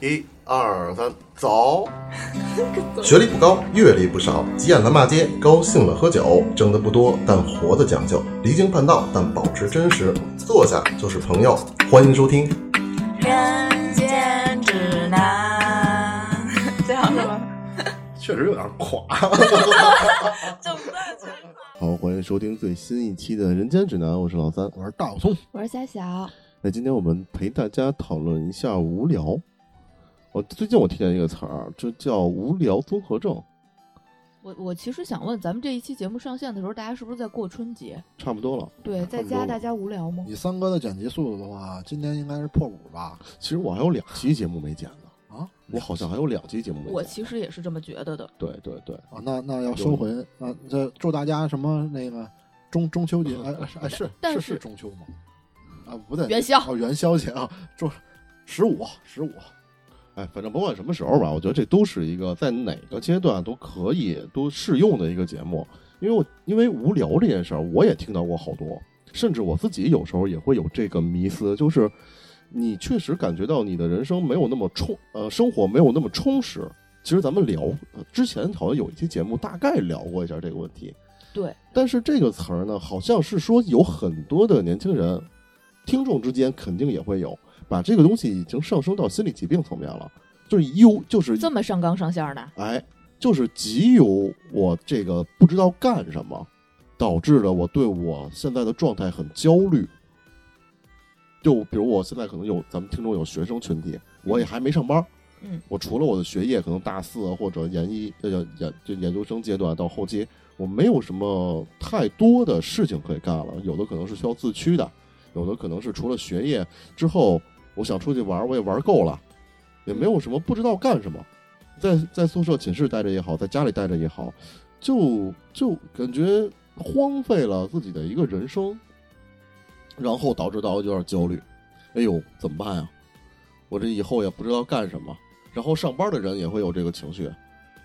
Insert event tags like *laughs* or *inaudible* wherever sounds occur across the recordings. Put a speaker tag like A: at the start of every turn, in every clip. A: 一二三，走！
B: 学历不高，阅历不少，急眼了骂街，高兴了喝酒，挣的不多，但活的讲究，离经叛道，但保持真实，坐下就是朋友。欢迎收听，
C: 人间指南，这样是吗？
A: 确实有点垮。
C: 就不断去
B: 好，欢迎收听最新一期的《人间指南》，我是老三。
A: 我是大老葱，
D: 我是小小，
B: 那哎今天我们陪大家讨论一下无聊。我最近我听见一个词儿，这叫无聊综合症，
D: 我我其实想问，咱们这一期节目上线的时候，大家是不是在过春节？
B: 差不多了。
D: 对，在
B: 差不多
D: 家大家无聊吗？
A: 以三哥的剪辑速度的话，今天应该是破五吧？
B: 其实我还有两期节目没剪呢，
A: 啊，
B: 我好像还有两期节目没剪。
D: 我其实也是这么觉得的。
B: 对对对，
A: 啊，那那要收回啊，这祝大家什么那个中中秋节，哎哎是
D: 但
A: 是
D: 是
A: 是中秋吗？啊，不
D: *laughs*
A: 对，
D: 元宵
A: 哦，元宵节啊，中十五十五，
B: 哎，反正甭管什么时候吧，我觉得这都是一个在哪个阶段都可以都适用的一个节目。因为我因为无聊这件事儿，我也听到过好多，甚至我自己有时候也会有这个迷思，就是你确实感觉到你的人生没有那么充呃，生活没有那么充实。其实咱们聊呃之前好像有一期节目大概聊过一下这个问题，
D: 对，
B: 但是这个词儿呢，好像是说有很多的年轻人，听众之间肯定也会有，把这个东西已经上升到心理疾病层面了，就是忧，就是
D: 这么上纲上线的，
B: 哎，就是急有我这个不知道干什么，导致了我对我现在的状态很焦虑。就比如我现在可能有咱们听众有学生群体，我也还没上班儿，
D: 嗯，
B: 我除了我的学业，可能大四或者研一呃研就研究生阶段到后期，我没有什么太多的事情可以干了，有的可能是需要自驱的，有的可能是除了学业之后，我想出去玩儿，我也玩够了，也没有什么不知道干什么，在在宿舍寝室待着也好，在家里待着也好，就就感觉荒废了自己的一个人生，然后导致到有点焦虑，哎呦怎么办呀？我这以后也不知道干什么。然后上班的人也会有这个情绪，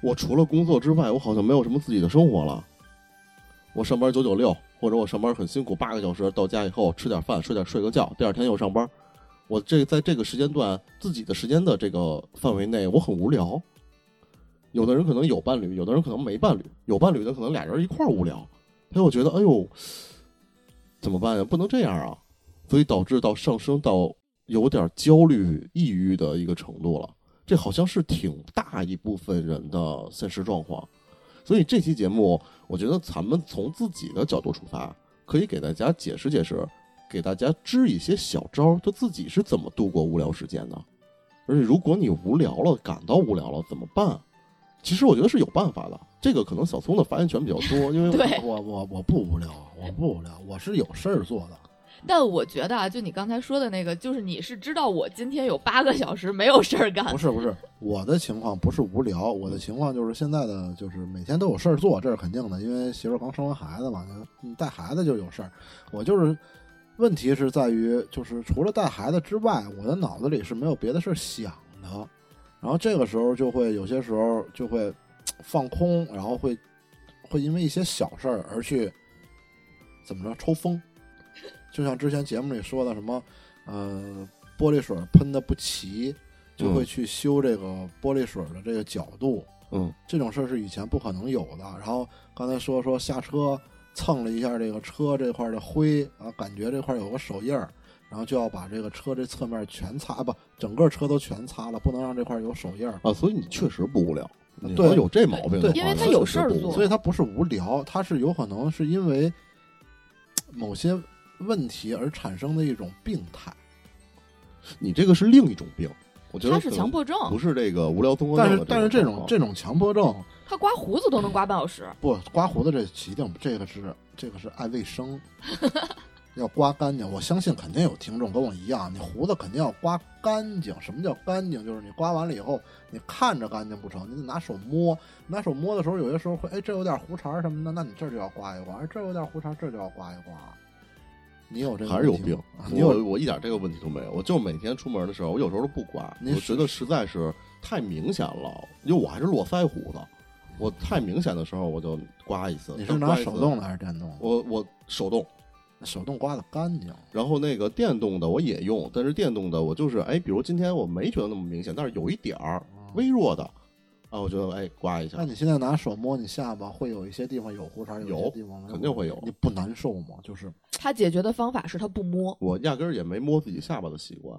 B: 我除了工作之外，我好像没有什么自己的生活了。我上班九九六，或者我上班很辛苦，八个小时，到家以后吃点饭，睡点睡个觉，第二天又上班。我这在这个时间段自己的时间的这个范围内，我很无聊。有的人可能有伴侣，有的人可能没伴侣，有伴侣的可能俩人一块儿无聊，他又觉得哎呦，怎么办呀？不能这样啊！所以导致到上升到有点焦虑、抑郁的一个程度了。这好像是挺大一部分人的现实状况。所以这期节目，我觉得咱们从自己的角度出发，可以给大家解释解释，给大家支一些小招，就自己是怎么度过无聊时间的。而且，如果你无聊了，感到无聊了，怎么办？其实我觉得是有办法的。这个可能小聪的发言权比较多，因为
D: 对
A: 我我我不无聊，我不无聊，我是有事儿做的。
D: 但我觉得啊，就你刚才说的那个，就是你是知道我今天有八个小时没有事儿干
A: 不，是不是，我的情况不是无聊，我的情况就是现在的就是每天都有事儿做，这是肯定的，因为媳妇儿刚生完孩子嘛，就你带孩子就有事儿。我就是问题是在于，就是除了带孩子之外，我的脑子里是没有别的事儿想的，然后这个时候就会有些时候就会放空，然后会会因为一些小事儿而去怎么着抽风，就像之前节目里说的什么，呃，玻璃水喷的不齐，就会去修这个玻璃水的这个角度。
B: 嗯，
A: 这种事儿是以前不可能有的。然后刚才说说下车蹭了一下这个车这块的灰啊，感觉这块有个手印儿，然后就要把这个车这侧面全擦，不，整个车都全擦了，不能让这块有手印儿。
B: 啊，所以你确实不无聊。你
A: 对
B: 要有这毛病的话，
A: 对因为他
B: 确
D: 有
B: 实
D: 事儿
B: 不无
D: 做
B: 聊
A: 所以它不是无聊，它是有可能是因为某些问题而产生的一种病态。
B: 你这个是另一种病，我觉得
D: 他是
B: 可能
D: 强迫症，
B: 不是这个无聊综合症
A: 但
B: 的
A: 是但是这
B: 状
A: 种
B: 况
A: 这种强迫症
D: 他刮胡子都能刮半小时。
A: 不刮胡子这一定这个是这个是爱卫生，要刮干净。我相信肯定有听众跟我一样，你胡子肯定要刮干净。什么叫干净？就是你刮完了以后，你看着干净不成，你得拿手摸。拿手摸的时候，有些时候会哎这有点胡茬儿什么的，那你这儿就要刮一刮；哎这有点胡茬儿，这就要刮一刮。你有这个
B: 还是有
A: 问题
B: 病
A: 吗啊。你有
B: 我我一点这个问题都没有，我就每天出门的时候，我有时候都不刮，
A: 你
B: 我
A: 是
B: 觉得实在是太明显了，因为我还是络腮胡子，我太明显的时候我就刮一次。
A: 你
B: 但
A: 是拿
B: 刮一次
A: 手？动的还是电动的？
B: 我我手动，
A: 手动刮的干净。
B: 然后那个电动的我也用，但是电动的我就是哎，比如今天我没觉得那么明显，但是有一点儿微弱的啊，我觉得哎刮一下
A: 啊那，你现在拿手摸你下巴，会有一些地方有胡茬，一些
B: 有
A: 地方没
B: 肯定会有
A: 你不难受吗？就是
D: 他解决的方法是他不摸，
B: 我压根儿也没摸自己下巴的习惯，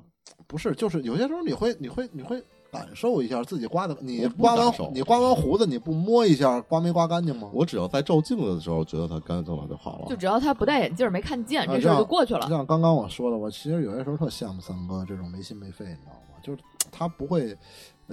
A: 不是，就是有些时候你会你会你会感受一下自己刮的，你
B: 我不
A: 刮
B: 感受
A: 完你刮完胡子你不摸一下，刮没刮干净吗？
B: 我只要在照镜子的时候觉得它干净了就好
D: 就
B: 了。
D: 只要他不戴眼镜儿没看见，
A: 啊
D: 这事儿就过去
A: 就
D: 了。
A: 像刚刚我说的，我其实有些时候特羡慕三哥这种没心没肺，你知道吗？就是他不会，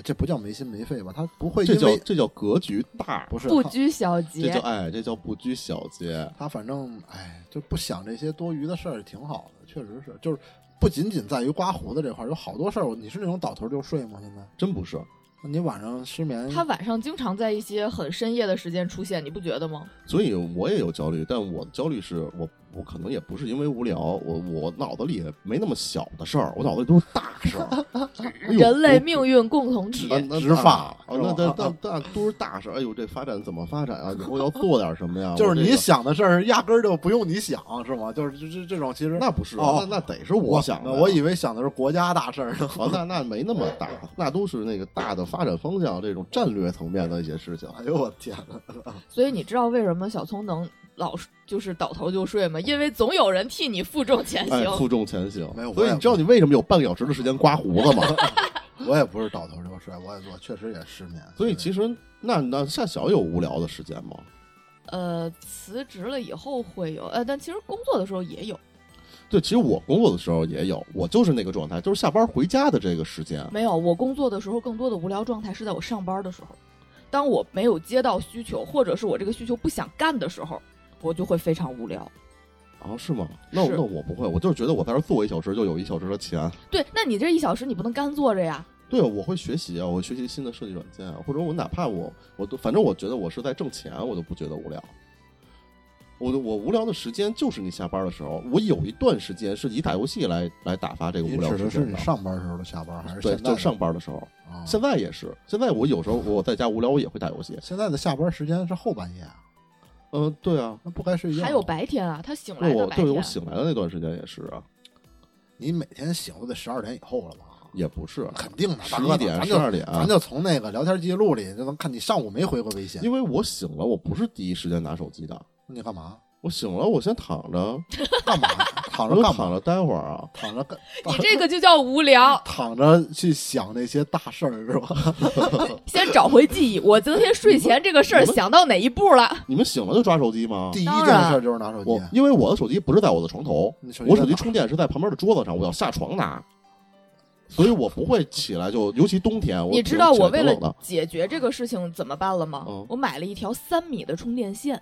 A: 这不叫没心没肺吧？他不会
B: 这
A: 因
B: 叫
A: 为
B: 这叫格局大，
A: 不是
D: 不
A: 他
D: 拘小
B: 这叫
D: 节，
B: 哎，这叫不拘小节。
A: 他反正哎，就不想这些多余的事儿，挺好的，确实是，就是不仅仅在于刮胡子这块儿，有好多事儿，你是那种倒头就睡吗？现在，
B: 真不是，
A: 那你晚上失眠，
D: 他晚上经常在一些很深夜的时间出现，你不觉得吗？
B: 所以我也有焦虑，但我的焦虑是我我可能也不是因为无聊，我我脑子里也没那么小的事儿，我脑子里都是大事儿。哎呦
D: 人类
B: 我
D: 命运共同体
B: 那，那
A: 植发
B: 啊那
A: 是
B: 那
A: 吧
B: 那那都是大事儿。哎呦，这发展怎么发展啊？以后要做点什么
A: *laughs*
B: 呀？
A: 就是
B: 我这
A: 你
B: 个
A: 想的事儿压根儿就不用你想，是吗？就是这这这种其实
B: 那不是，啊
A: 哦
B: 那那得是我想的呀。
A: 我以为想的是国家大事儿呢。
B: 啊，那那没那么大，那都是那个大的发展方向，这种战略层面的一些事情。
A: 哎呦我天哪！
D: 所以你知道为什么小聪能老是就是倒头就睡吗？因为总有人替你负重前
B: 哎，
D: 行。
B: 负重前行。
A: 没有
B: 所
A: 我
B: 以
A: 也
B: 你知道你为什么有半个小时的时间刮胡子吗？
A: 我也不是倒头就睡，我也我确实也失眠。
B: *laughs* 所以其实那那夏小有无聊的时间吗？
D: 呃，辞职了以后会有，呃，但其实工作的时候也有。
B: 对，其实我工作的时候也有，我就是那个状态，就是下班回家的这个时间。
D: 没有，我工作的时候更多的无聊状态是在我上班的时候，当我没有接到需求，或者是我这个需求不想干的时候，我就会非常无聊。
B: 啊，是吗？那我
D: 是
B: 那我不会，我就是觉得我在这儿坐一小时就有一小时的钱。
D: 对，那你这一小时你不能干坐着呀。
B: 对，我会学习啊，我会学习新的设计软件啊，或者我哪怕我我都反正我觉得我是在挣钱，啊我都不觉得无聊。我的我无聊的时间就是你下班的时候，我有一段时间是以打游戏来来打发这个
A: 你
B: 无聊
A: 指
B: 时
A: 的是
B: 间
A: 你
B: 的。
A: 上班时候的下班，还是
B: 对，
A: 现在
B: 就
A: 的
B: 是上班的时候，
A: 啊
B: 现在也是。现在我有时候我在家无聊，我也会打游戏。
A: 现在的下班时间是后半夜啊，
B: 嗯、对啊，
A: 那不该睡觉吗。
D: 还有白天啊，他醒来
B: 对
D: 的
B: 我
D: 白
B: 对
D: 天。啊
B: 我醒来的那段时间也是啊，
A: 你每天醒都得十二点以后了吧？
B: 也不是
A: 肯定的，大
B: 十
A: 哥
B: 一点
A: 咱
B: 十
A: 就
B: 二点，啊
A: 咱就从那个聊天记录里就能看你上午没回过微信，
B: 因为我醒了，我不是第一时间拿手机的。
A: 那你干嘛？
B: 我醒了，我先躺着，
A: 干嘛？躺
B: 我
A: 着
B: 就
A: 干
B: 躺
A: 嘛？
B: 着待会儿啊。
A: 躺着干？
D: *laughs* 你
B: *laughs*
D: 这个就叫无聊。
A: 躺着去想那些大事儿
B: *laughs*
A: 是吧？
D: 先找回记忆，我昨天睡前这个事儿想到哪一步了？
B: 你们醒了就抓手机吗？
A: 第一
D: 当
A: 件
D: 然
A: 事儿就是拿手
B: 我
A: 机。啊
B: 因为我的手机不是在我的床头
A: 你手，机
B: 我
A: 在
B: 手机
A: 哪
B: 充电是在旁边的桌子上，我要下床拿，所以我不会起来
A: *laughs*
B: 就，尤其冬天，我
D: 你知道
B: 起来
D: 我为
B: 冷冷
D: 了
B: 的
D: 解决这个事情怎么办了吗？
B: 嗯
D: 我买了一条三米的充电线。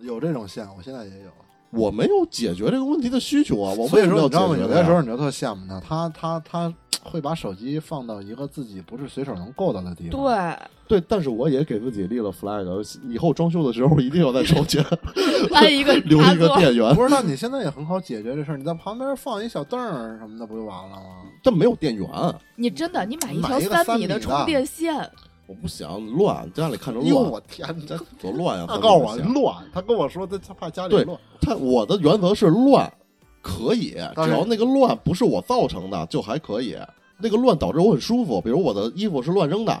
A: 有这种线，我现在也有。
B: 我没有解决这个问题的需求啊，我
A: 所
B: 为
A: 以
B: 什么
A: 说，
B: 要
A: 你知道吗？
B: 解决
A: 有
B: 它
A: 些
B: 呀
A: 时候你就特羡慕他，他他他会把手机放到一个自己不是随手能够到的地方。
D: 对，
B: 对，但是我也给自己立了 flag，以后装修的时候一定要在手机 *laughs*
D: 安一个
B: 留
D: 插
B: 一个
D: 座。
B: 电源，
A: 不是，那你现在也很好解决这事儿，你在旁边放一小凳儿什么的，不就完了吗？
B: 但没有电源，
D: 你真的，你买一
A: 买
D: 条
A: 一个
D: 米
A: 3米的
D: 充电线，
B: 我不想乱，家里看着
A: 哎呦，
B: 乱，
A: 我天哪！
B: 家多乱呀！啊
A: 他
B: 房
A: 告诉
B: 间
A: 我
B: 里面
A: 乱，他跟我说他他怕家里
B: 对
A: 乱。
B: 他我的原则是乱可以，
A: 当
B: 只
A: 然
B: 要那个乱不是我造成的，就还可以。那个乱导致我很舒服，比如我的衣服是乱扔的，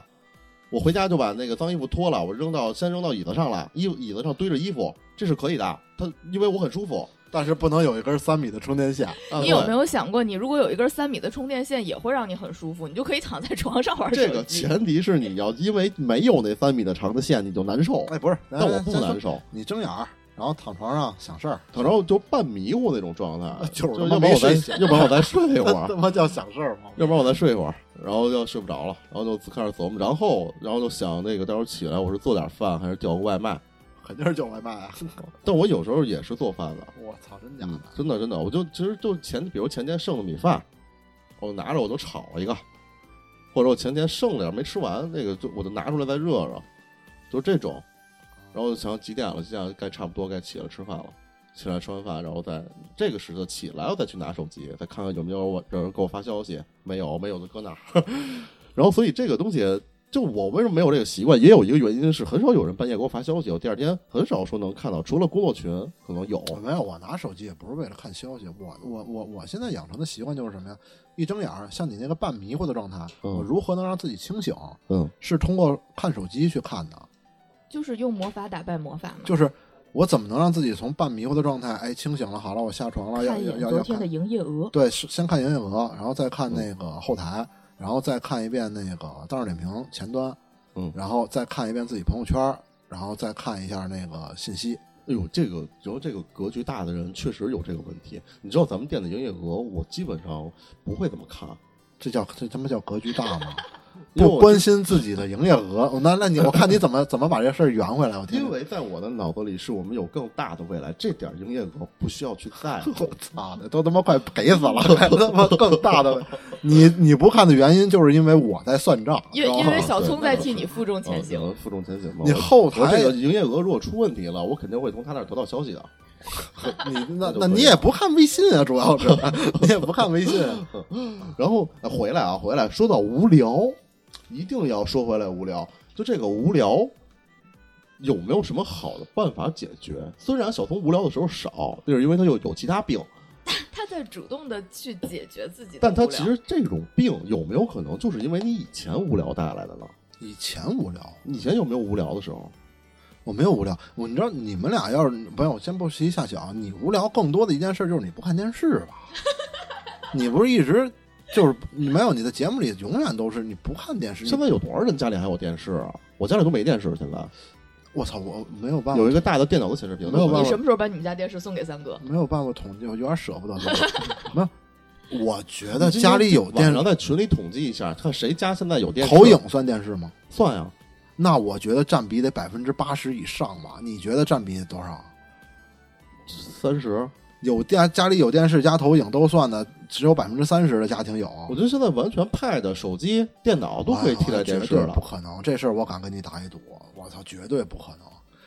B: 我回家就把那个脏衣服脱了，我扔到先扔到椅子上了，衣服椅子上堆着衣服，这是可以的。他因为我很舒服，
A: 但是不能有一根三米的充电线。
B: 啊
D: 你有
B: 对
D: 没有想过，你如果有一根三米的充电线，也会让你很舒服，你就可以躺在床上玩手
B: 这个
D: 机。
B: 前提是你要因为没有那三米的长的线你就难受，
A: 哎，不是，
B: 但我不
A: 咱咱
B: 难受，
A: 你睁眼儿，然后躺床上想事儿，
B: 可能就半迷糊那种状态，
A: 就是他
B: 要不然我
A: 妈没
B: 再
A: 睡醒
B: 要不然我再
A: *laughs*
B: 睡一会儿
A: 他，妈叫想事儿吗？
B: 要不然我再睡一会儿，然后就睡不着了，然后就自开始琢磨，然后然后就想那个待会儿起来我是做点饭还是叫个外卖，
A: 肯定是叫外卖啊！
B: 但我有时候也是做饭的，
A: 我操，真假
B: 嗯
A: 的？，
B: 真的真的，我就其实就前比如前天剩的米饭，我拿着我就炒一个，或者我前天剩了点没吃完那个就我就拿出来再热热，就这种，然后想几点了，几点了该差不多该起来吃饭了。起来吃完饭，然后再这个时刻起来，我再去拿手机，再 *laughs* 看看有没有我有人给我发消息，没有，没有就搁那儿。然后所以这个东西就我为什么没有这个习惯，也有一个原因是很少有人半夜给我发消息，我第二天很少说能看到，除了工作群可能有。
A: 我没有，我拿手机也不是为了看消息，我我我我现在养成的习惯就是什么呀？一睁眼儿，像你那个半迷糊的状态，
B: 嗯
A: 我如何能让自己清醒？
B: 嗯，
A: 是通过看手机去看的，
D: 就是用魔法打败魔法嘛。
A: 就是我怎么能让自己从半迷糊的状态，哎，清醒了，好了，我下床了，要
D: 看一
A: 要
D: 眼
A: 要
D: 昨
A: 要
D: 天的
A: 看，
D: 营业额，
A: 对，是先看营业额，然后再
B: 嗯
A: 看那个后台，然后再看一遍那个大众点评前端，
B: 嗯
A: 然后再看一遍自己朋友圈儿，然后再看一下那个信息，
B: 哎呦，这个然后这个格局大的人确实有这个问题。你知道咱们店的营业额，我基本上不会怎么看，
A: 这叫这他妈叫格局大
B: *laughs*
A: 吗？
B: 因为
A: 不
B: 我
A: 关心自己的营业额，那那你我看你怎么怎么把这事儿圆回来，我听
B: 因
A: 听。
B: 为在我的脑子里是我们有更大的未来，这点儿营业额不需要去在乎。
A: *laughs* 我操的，都他妈快赔死
B: *laughs*
A: 了，还他妈更大的。你你不看的原因，就是因为我在算账，
D: 因
A: 知道
D: 为
B: 啊
A: 吗
D: 因为小聪在替你负重前行。
B: 嗯负重前行嘛。
A: 你
B: 我
A: 后台
B: 我这个营业额如果出问题了，我肯定会从他那儿得到消息的。
A: 你
B: 那
A: 那
B: 就
A: 那
B: 不
A: 你
B: 一
A: 也
B: 样
A: 不看微信啊，主要
B: *laughs*
A: 是你也不看微信啊，
B: 然后呃回来啊，回来说到无聊，一定要说回来无聊。就这个无聊，有没有什么好的办法解决？虽然小童无聊的时候少，那是因为他有有其他病，
D: 他在主动的去解决自己的无聊，
B: 嗯但他其实这种病有没有可能就是因为你以前无聊带来的呢？
A: 以前无聊，
B: 你以前有没有无聊的时候？
D: 嗯
A: 我没有无聊。我你知道，你们俩要是不要，我先不提下小，你无聊更多的一件事就是你不看电视吧？你不是一直就是你没有你的节目里永远都是你不看电视。你
B: 现在有多少人家里还有电视啊？我家里都没电视，现在
A: 我操，我没有办法
B: 有一个大的电脑的显示屏，
A: 没有办
D: 你
A: 法
D: 什么时候把你们家电视送给三哥？
A: 没有办法统计，我有点舍不得。没有，我觉得
B: 那今天
A: 家里有电
B: 晚
A: 视
B: 上，在群里统计一下，看谁家现在有电视。
A: 投影算电视吗？
B: 算呀，
A: 那我觉得占比得百分之八十以上吧。你觉得占比多少？
B: 三
A: 哦
B: 十。
A: 有家家里有电视加投影都算的，只有百分之三十的家庭有。
B: 我觉得现在完全 Pad、手机、电脑都可以替代电视
A: 哎呀绝对不
B: 了。
A: 可能，这事儿我敢跟你打一赌，我操，绝对不可能。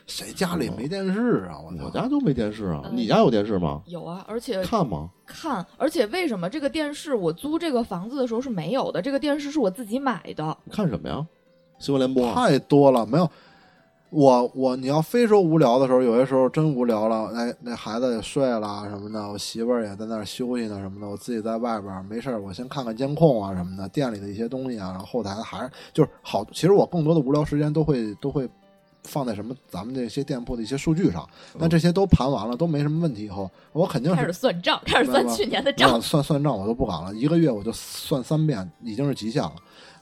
A: 谁家里没电视啊？我
B: 我
A: 操！
B: 家就没电视啊，
D: 嗯
B: 你家有电视吗？
D: 有啊，而且
B: 看吗？
D: 看，而且为什么这个电视我租这个房子的时候是没有的？这个电视是我自己买
B: *laughs*
D: 的，
B: 你看什么呀？新闻联播啊。
A: 太多了，没有。我我你要非说无聊的时候，有些时候真无聊了，哎，那孩子也睡了啊什么的，我媳妇儿也在那儿休息呢什么的，我自己在外边儿没事儿，我先看看监控啊什么的，店里的一些东西啊，然后后台还是就是好，其实我更多的无聊时间都会都会放在什么咱们这些店铺的一些数据上，但这些都盘完了，都没什么问题以后，我肯定
D: 开
A: 是
D: 始算账，开始算去年的
A: 那
D: *laughs* 账。
A: 算算账我都不敢了，一个月我就算三遍，已经是极限了。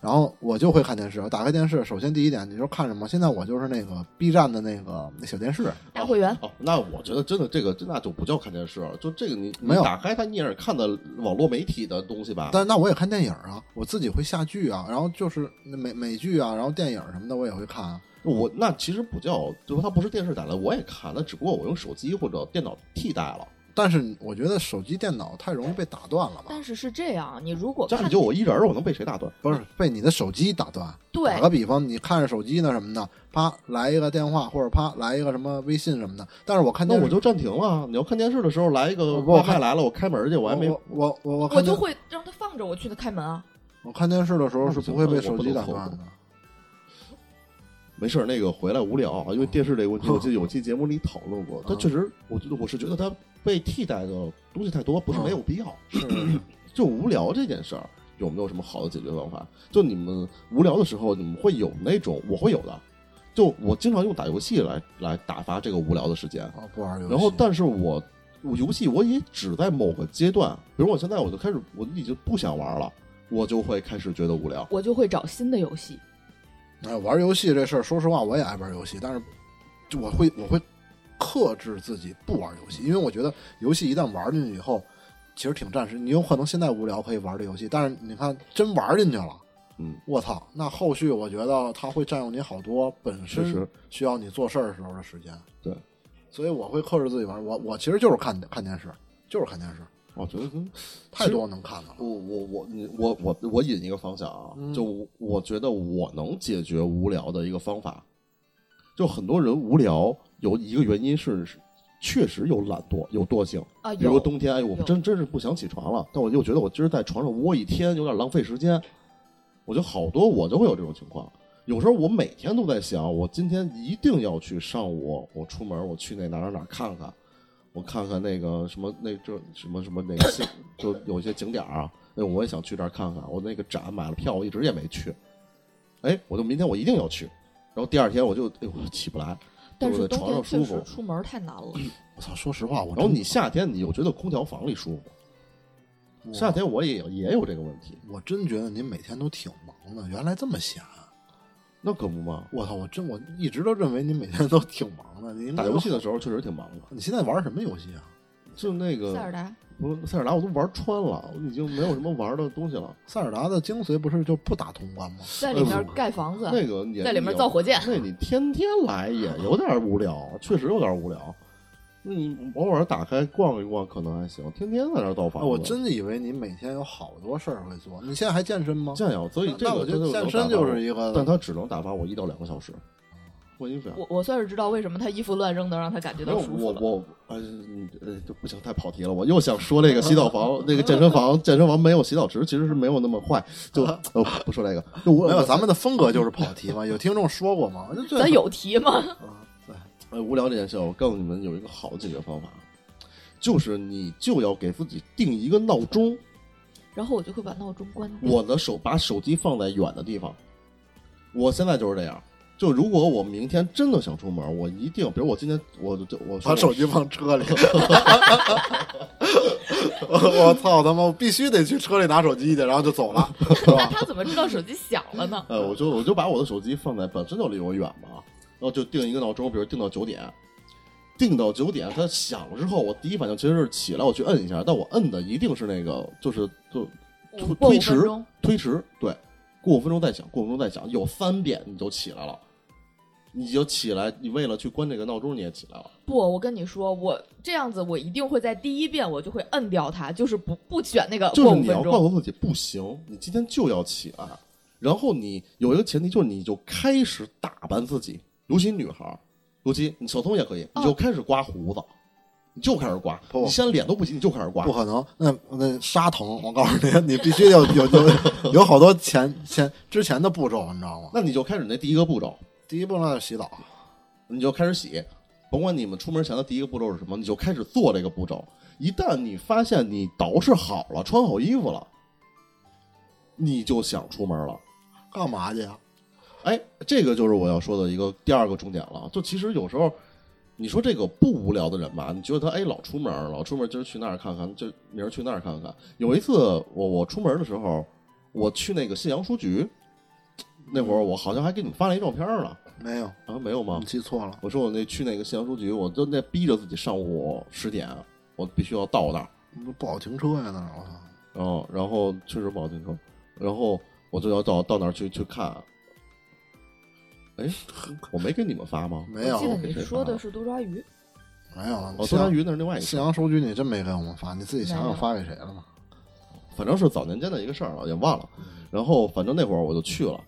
A: 然后我就会看电视，打开电视，首先第一点，你说看什么？现在我就是那个 B 站的那个那小电视，
D: 大会员，
B: 哦，那我觉得真的这个，那就不叫看电视了，就这个你
A: 没有
B: 你打开它，你也是看的网络媒体的东西吧？
A: 但那我也看电影啊，我自己会下剧啊，然后就是美美剧啊，然后电影什么的我也会看啊。
B: 我那其实不叫，就是它不是电视打的，我也看，那只不过我用手机或者电脑替代了。
A: 但是我觉得手机、电脑太容易被打断了吧？
D: 但是是这样，你如果
B: 家里
D: 看
B: 就我一人儿，我能被谁打断？
A: 不是被你的手机打断。
D: 对
A: 打个比方，你看着手机呢什么的，啪来一个电话，或者啪来一个什么微信什么的。但是我看
B: 那
A: 电视，
B: 我就暂停了。你要看电视的时候来一个
A: 我不
B: 外
A: 看
B: 卖来了，我开门去，我还没
A: 我我我我看
D: 我
A: 电
D: 就会让他放着我去的开门啊。
A: 我看电视的时候是不会被手机打断
B: 那不行那我不能错
A: 的
B: 过。没事儿，那个回来无聊啊，因为电视这个问题，我记得有期节目里讨论过。
A: 嗯
B: 它确实，我觉得我是觉得它被替代的东西太多，
A: 嗯
B: 不是没有必要。
A: 是
B: 就无聊这件事儿，有没有什么好的解决方法？就你们无聊的时候，你们会有那种，我会有的。就我经常用打游戏来来打发这个无聊的时间。
A: *coughs* 啊，不玩游戏。
B: 然后，但是我我游戏我也只在某个阶段，比如我现在我就开始我已经不想玩了，我就会开始觉得无聊。
D: 我就会找新的游戏。
A: 哎，玩游戏这事儿，说实话，我也爱玩游戏，但是就我会我会克制自己不玩游戏，因为我觉得游戏一旦玩进去以后，其实挺占时。你有可能现在无聊可以玩这游戏，但是你看真玩进去了。
B: 嗯，
A: 我操！那后续我觉得它会占用你好多本
B: 是
A: 身
B: 是
A: 需要你做事儿的时候的时间。
B: 对，
A: 所以我会克制自己玩。我我其实就是看看电视，就是看电视，
B: 我哦觉得跟
A: 太多能看的了。
B: 我我我你我我我引一个方向啊，就我我觉得我能解决无聊的一个方法，就很多人无聊有一个原因是是确实有懒惰有惰性，
D: 啊
B: 比
D: 有
B: 如冬天哎我
D: 有
B: 真真是不想起床了，但我又觉得我今儿在床上窝一天有点浪费时间，我觉得好多我就会有这种情况，有时候我每天都在想，我今天一定要去上午，我出门我去那哪儿哪儿哪儿看看，我看看那个什么那这什么什么哪个就有一些景点儿啊，那我也想去这儿看看。我那个展买了票，我一直也没去，哎，我就明天我一定要去。然后第二天我就哎呦起不来，
D: 但
B: 就是在
D: 冬
B: 床上
D: 天
B: 舒
D: 确
B: 服
D: 实。出门太难了。
A: 我操，说实话，我
B: 然后
A: 真
B: 你夏天你又觉得空调房里舒服，
A: 我
B: 夏天我也有也有这个问题，
A: 我真觉得您每天都挺忙的，原来这么闲。
B: 那可不嘛。
A: 我操，我真我一直都认为您每天都挺忙的。您
B: 打游戏的时候确实挺忙的，
A: 你现在玩什么游戏啊？
B: 就那个
D: 塞尔达，
B: 不是塞尔达我都玩穿了，我已经没有什么玩的东西了。
A: 塞尔达的精髓不是就不打通关吗？
D: 在里面盖房子，
B: 那个也
D: 啊在里面
B: 也
D: 造火箭
B: 那你天天来
D: *laughs*
B: 也有点无聊，确实有点无聊。那你偶尔打开逛一逛可能还行，天天在那儿造
A: 啊
B: 房子，
A: 我真以为您每天有好多事儿会做。你现在还健身吗？
B: 这样，所以这
A: 那
B: 个
A: 我觉
B: 真的能
A: 得健
B: 打
A: 身
B: 发
A: 就
B: 我
A: 是一个，
B: 但它只能打发我一到两个小时。我因为
D: 我我算是知道为什么他衣服乱扔能让他感觉到
B: 我
D: 舒
B: 我
D: 服了。
B: 我呃你呃这不行，太跑题了。我又想说那个洗澡房，那个健身房，健身房没有洗澡池，其实是没有那么坏。
A: *laughs*
B: 就呃不说那个，就我
A: 没有咱们的风格就是跑题嘛。有听众说过吗？就这
D: 咱有题吗？ *laughs*
B: 呃，无聊这件事，我告诉你们有一个好的解决方法，就是你就要给自己定一个闹钟。
D: 然后我就会把闹钟关掉。
B: 我的手把手机放在远的地方，我现在就是这样。就如果我明天真的想出门，我一定，比如我今天我就我说
A: 把手机放车
B: *laughs*
A: 里。 *laughs* 我操他妈！我必须得去车里拿手机去，然后就走了，是
D: 那
A: 吧？
D: 他怎么知道手机响了呢？
B: 呃，我就我就把我的手机放在本身就离我远嘛，啊然后就定一个闹钟，比如定到九点，定到九点它响了之后，我第一反应其实是起来我去摁一下，但我摁的一定是那个就是就
D: 五
B: *laughs* 推
D: 过
B: 推
D: 五分
B: 迟
D: 钟，
B: 推迟，对，过五分钟再响，过五分钟再响，有三遍你就起来了，你就起来，你为了去关这个闹钟你也起来了，
D: 不，我跟你说，我这样子，我一定会在第一遍我就会摁掉它，就是不不选那个
B: 就
D: 过
B: 是
D: 五
B: 你要
D: 分
B: 告
D: 钟。
B: 诉自己不行，你今天就要起来，然后你有一个前提就是你就开始打扮自己，尤其女孩儿，尤其你小聪也可以，
D: 哦
B: 你就开始刮胡子。你就开始刮，
A: 不
B: 你先脸都不洗，你就开始刮
A: 不。可能，那那沙疼，我告诉你，你必须要有有有好多前前之前的步骤，你知道吗？
B: 那你就开始那第一个步骤，
A: 第一步那是洗澡，
B: 你就开始洗。甭管你们出门前的第一个步骤是什么，你就开始做这个步骤。一旦你发现你捯饬好了，穿好衣服了，你就想出门了。
A: 干嘛去呀？啊
B: 哎，这个就是我要说的一个第二个重点了。就其实有时候，你说这个不无聊的人吧，你觉得他哎老出门儿，老出门儿，今儿去那儿看看，今儿明儿去那儿看看。有一次我我出门的时候，我去那个信阳书局，那会儿我好像还给你们发了一照片儿了
A: 没有，
B: 啊，没有吗
A: 你？记错了。
B: 我说我那去那个信阳书局，我就那逼着自己上午十点，我必须要到那儿。
A: 不不好停车呀，那儿我操！
B: 然后嗯然后确实不好听说，然后我就要到到那儿去去看。啊哎，我没给你们发吗？
A: 没有
D: 记得你
B: 给谁
D: 说
B: 发
D: 的
B: 了
D: 是多抓鱼，
A: 没有，
B: 哦，多抓鱼那是另外一
A: 信
B: 个，
A: 阳收据你真没给我们发，你自己想
D: 没
A: 想
D: 有
A: 发给谁了吗？
B: 反正是早年间的一个事儿了，也忘了。
A: 嗯
B: 然后反正那会儿我就去了，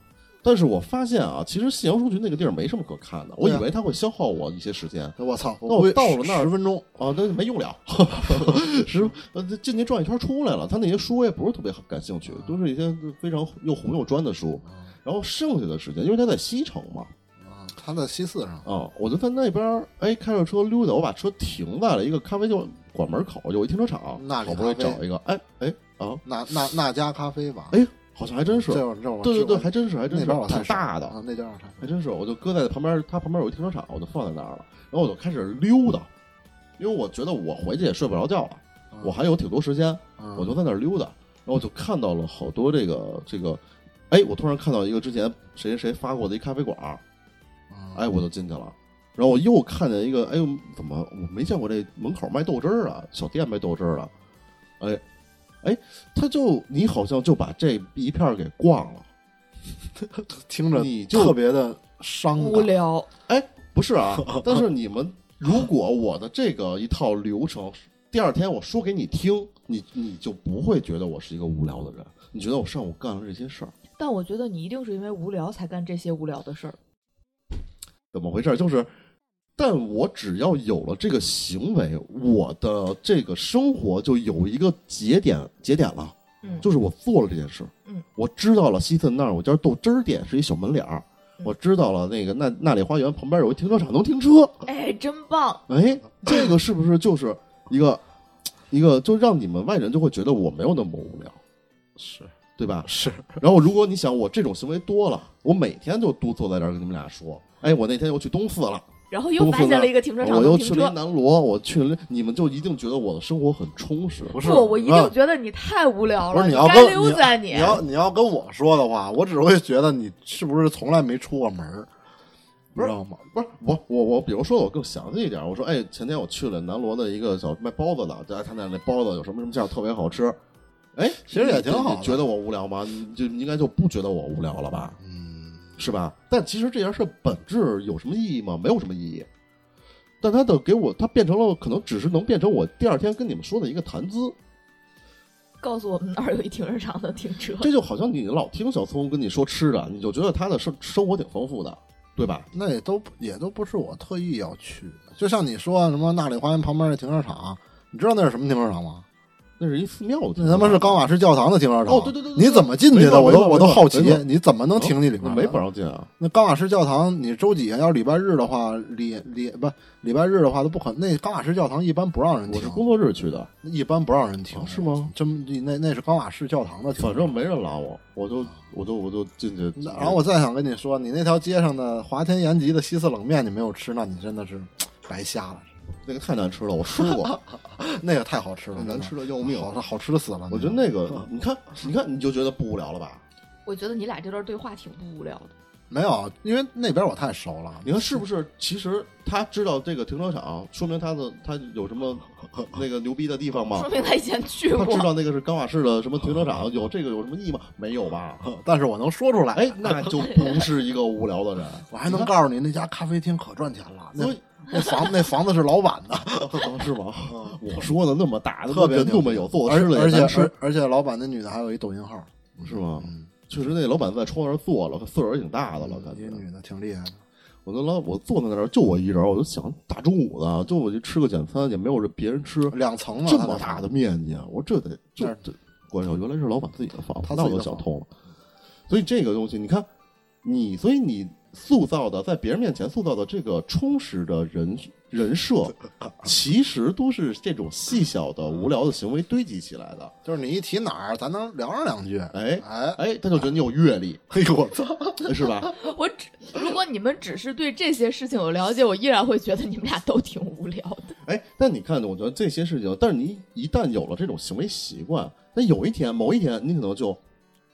B: 但是我发现啊，其实信阳书局那个地儿没什么可看的，我以
A: 对啊
B: 为它会消耗我一些时间啊，
A: 我操！
B: 那我
A: 估计
B: 到了那儿
A: 十分钟，
B: 那没用
A: *laughs*
B: 了。是呃进去转一圈出来了，他那些书我也不是特别感兴趣，都是一些非常又红又专的书。然后剩下的时间，因为他在西城嘛，
A: 嗯，他在西四上，
B: 啊、我就在那边儿，哎，开着车溜达，我把车停在了一个咖啡酒馆门口，有一停车场，
A: 那里
B: 好不容易
A: 咖啡
B: 找一个，哎哎啊，
A: 那那那家咖啡吧？
B: 哎好像还真是，
A: 这会儿这会儿
B: 对对对，还
A: 真
B: 真是还真
A: 那
B: 是，
A: 边我太
B: 挺
A: 熟
B: 大的，
A: 啊，那家我太熟
B: 还真是，我就搁在旁边，它旁边有一停车场，我就放在那儿了，然后我就开始溜达，因为我觉得我回去也睡不着觉了，我还有挺多时间，
A: 嗯
B: 我就在那儿溜达，然后我就看到了好多这个这个，哎，我突然看到一个之前谁谁谁发过的一咖啡馆儿，
A: 嗯
B: 哎，我就进去了。然后我又看见一个，哎呦，怎么我没见过这门口卖豆汁儿啊？小店卖豆汁儿了，哎，哎，他就你好像就把这一片儿给逛了，
A: *laughs* 听着
B: 你就
A: 特别的伤
D: 无
A: 感。
D: 聊。
B: 哎，不是
A: *laughs*
B: 啊，但是你们如果我的这个一套流程，第二天我说给你听，你你就不会觉得我是一个无聊的人，你觉得我上午干了这些事儿，
D: 但我觉得你一定是因为无聊才干这些无聊的事儿。
B: 怎么回事儿？就是，但我只要有了这个行为，我的这个生活就有一个节点节点了。
D: 嗯
B: 就是我做了这件事。
D: 嗯，
B: 我知道了西森那儿有家豆汁儿店是一小门脸儿，
D: 嗯
B: 我知道了，那个那那里花园旁边有个停车场能停车，
D: 哎，真棒！
B: 哎，这个是不是就是一个一个就让你们外人就会觉得我没有那么无聊，
A: 是
B: 对吧？
A: 是，
B: 然后如果你想我这种行为多了，我每天就都坐在这儿跟你们俩说，哎，我那天又去东四了，
D: 然后又
B: 东
D: 发
B: 四
D: 现
B: 那儿
D: 了一个停车场
B: 我
D: 能
B: 又
D: 停
B: 去了一
D: 车。
B: 南罗，我去了，你们就一定觉得我的生活很充实。
A: 不是
D: 不，我一定
A: 嗯
D: 觉得你太无聊
A: 不
D: 了，
A: 是你要
D: 该
A: 跟
D: 溜达
A: 你要你要跟我说的话，我只会觉得你是不是从来没出过门儿，你知道吗？
B: 不是我我我，比如说我更详细一点，我说哎，前天我去了南锣的一个小卖包子的，大家看那那包子有什么什么馅儿特别好吃，哎，
A: 其实也挺好
B: 你
A: 的
B: 你觉得我无聊吗？你就你应该就不觉得我无聊了吧，
A: 嗯，
B: 是吧？但其实这件事本质有什么意义吗？没有什么意义。但它的给我，它变成了可能只是能变成我第二天跟你们说的一个谈资，
D: 告诉我们那儿有一停车场能停车。 *laughs*
B: 这就好像你老听小聪跟你说吃的，你就觉得他的生生活挺丰富的，对吧？
A: 那也都不也都不是我特意要去的，就像你说什么那里花园旁边那停车场，你知道那是什么停车场吗？
B: 那是一寺庙啊的，
A: 那他妈是高。瓦市教堂的停车场。
B: 哦对对对对对
A: 你怎么进去
B: 没错
A: 的？我都
B: 没错
A: 我都好奇
B: 没错，
A: 你怎么能停进里
B: 那
A: 面？
B: 没不。让进啊！
A: 那高瓦市教堂，你周几啊？要是礼拜日的话，礼礼不礼拜日的话都不可。那高瓦市教堂一般不让人
B: 我
A: 停
B: 是，工作日去的，
A: 一般不让人停，
B: 哦是吗？
A: 真那那是高瓦市教堂的停车场，
B: 反正没人拦我，我就我就我就进去。
A: 那然后我再想跟你说，你那条街上的华天延吉的西四冷面你没有吃，那你真的是白瞎了。
B: 那个太难吃了，我吃过，
A: 那个太好吃了，
B: 难吃的要
A: 真的
B: 命。
A: 好好吃死了。
B: 我觉得那个，你看，你看，你就觉得不无聊了吧？
D: 我觉得你俩这段对话挺不无聊的。
A: 没有，因为那边我太熟了。
B: 你看是不是？其实他知道这个停车场，说明他的他有什么那个牛逼的地方吗
D: 说？明他以前去
B: 哦他
D: 过
B: 知。道那个是冈瓦市的什么停车场，有这个有什么意义吗？没有吧？
A: 但是我能说出来，
B: 哎，那就不是一个无聊的人。
A: 我还能告诉你，那家咖啡厅可赚钱了。那
B: 所以
A: 那房那房子是老板
B: *laughs*
A: 的，
B: 是吗？ *laughs* 我说的那么大，
A: 嗯特别
B: 人
A: 牛
B: 那么有做，
A: 而
B: 吃了
A: 而
B: 也
A: 且
B: 难吃
A: 而，而且老板那女的还有一抖音号，
B: 是吗？
A: 嗯，
B: 确实，那老板在窗户那儿坐了，岁数也挺大的了，感
A: 一
B: 觉
A: 个。女的挺厉害的。
B: 我跟老我坐在那儿，就我一人，我就想大中午的，就我就吃个简餐，也没有这别人吃
A: 两层呢，
B: 这
A: 他那
B: 么大的面积，啊我这得这
A: 那
B: 这关上，原来是老板自己的房，
A: 他
B: 那
A: 自
B: 我
A: 己的
B: 就想通了。所以这个东西，你看，你所以你塑造的在别人面前塑造的这个充实的人人
A: *laughs*
B: 设，其实都是这种细小的无聊的行为堆积起来的。
A: 就是你一提哪儿，咱能聊上两句。
B: 哎
A: 哎，
B: 哎，他就觉得你有阅历，
A: *laughs* 哎呦我操！
B: 是吧？
D: *laughs* 我只如果你们只是对这些事情有了解，我依然会觉得你们俩都挺无聊的。
B: 哎，但你看，我觉得这些事情，但是你一旦有了这种行为习惯，那有一天，某一天，你可能就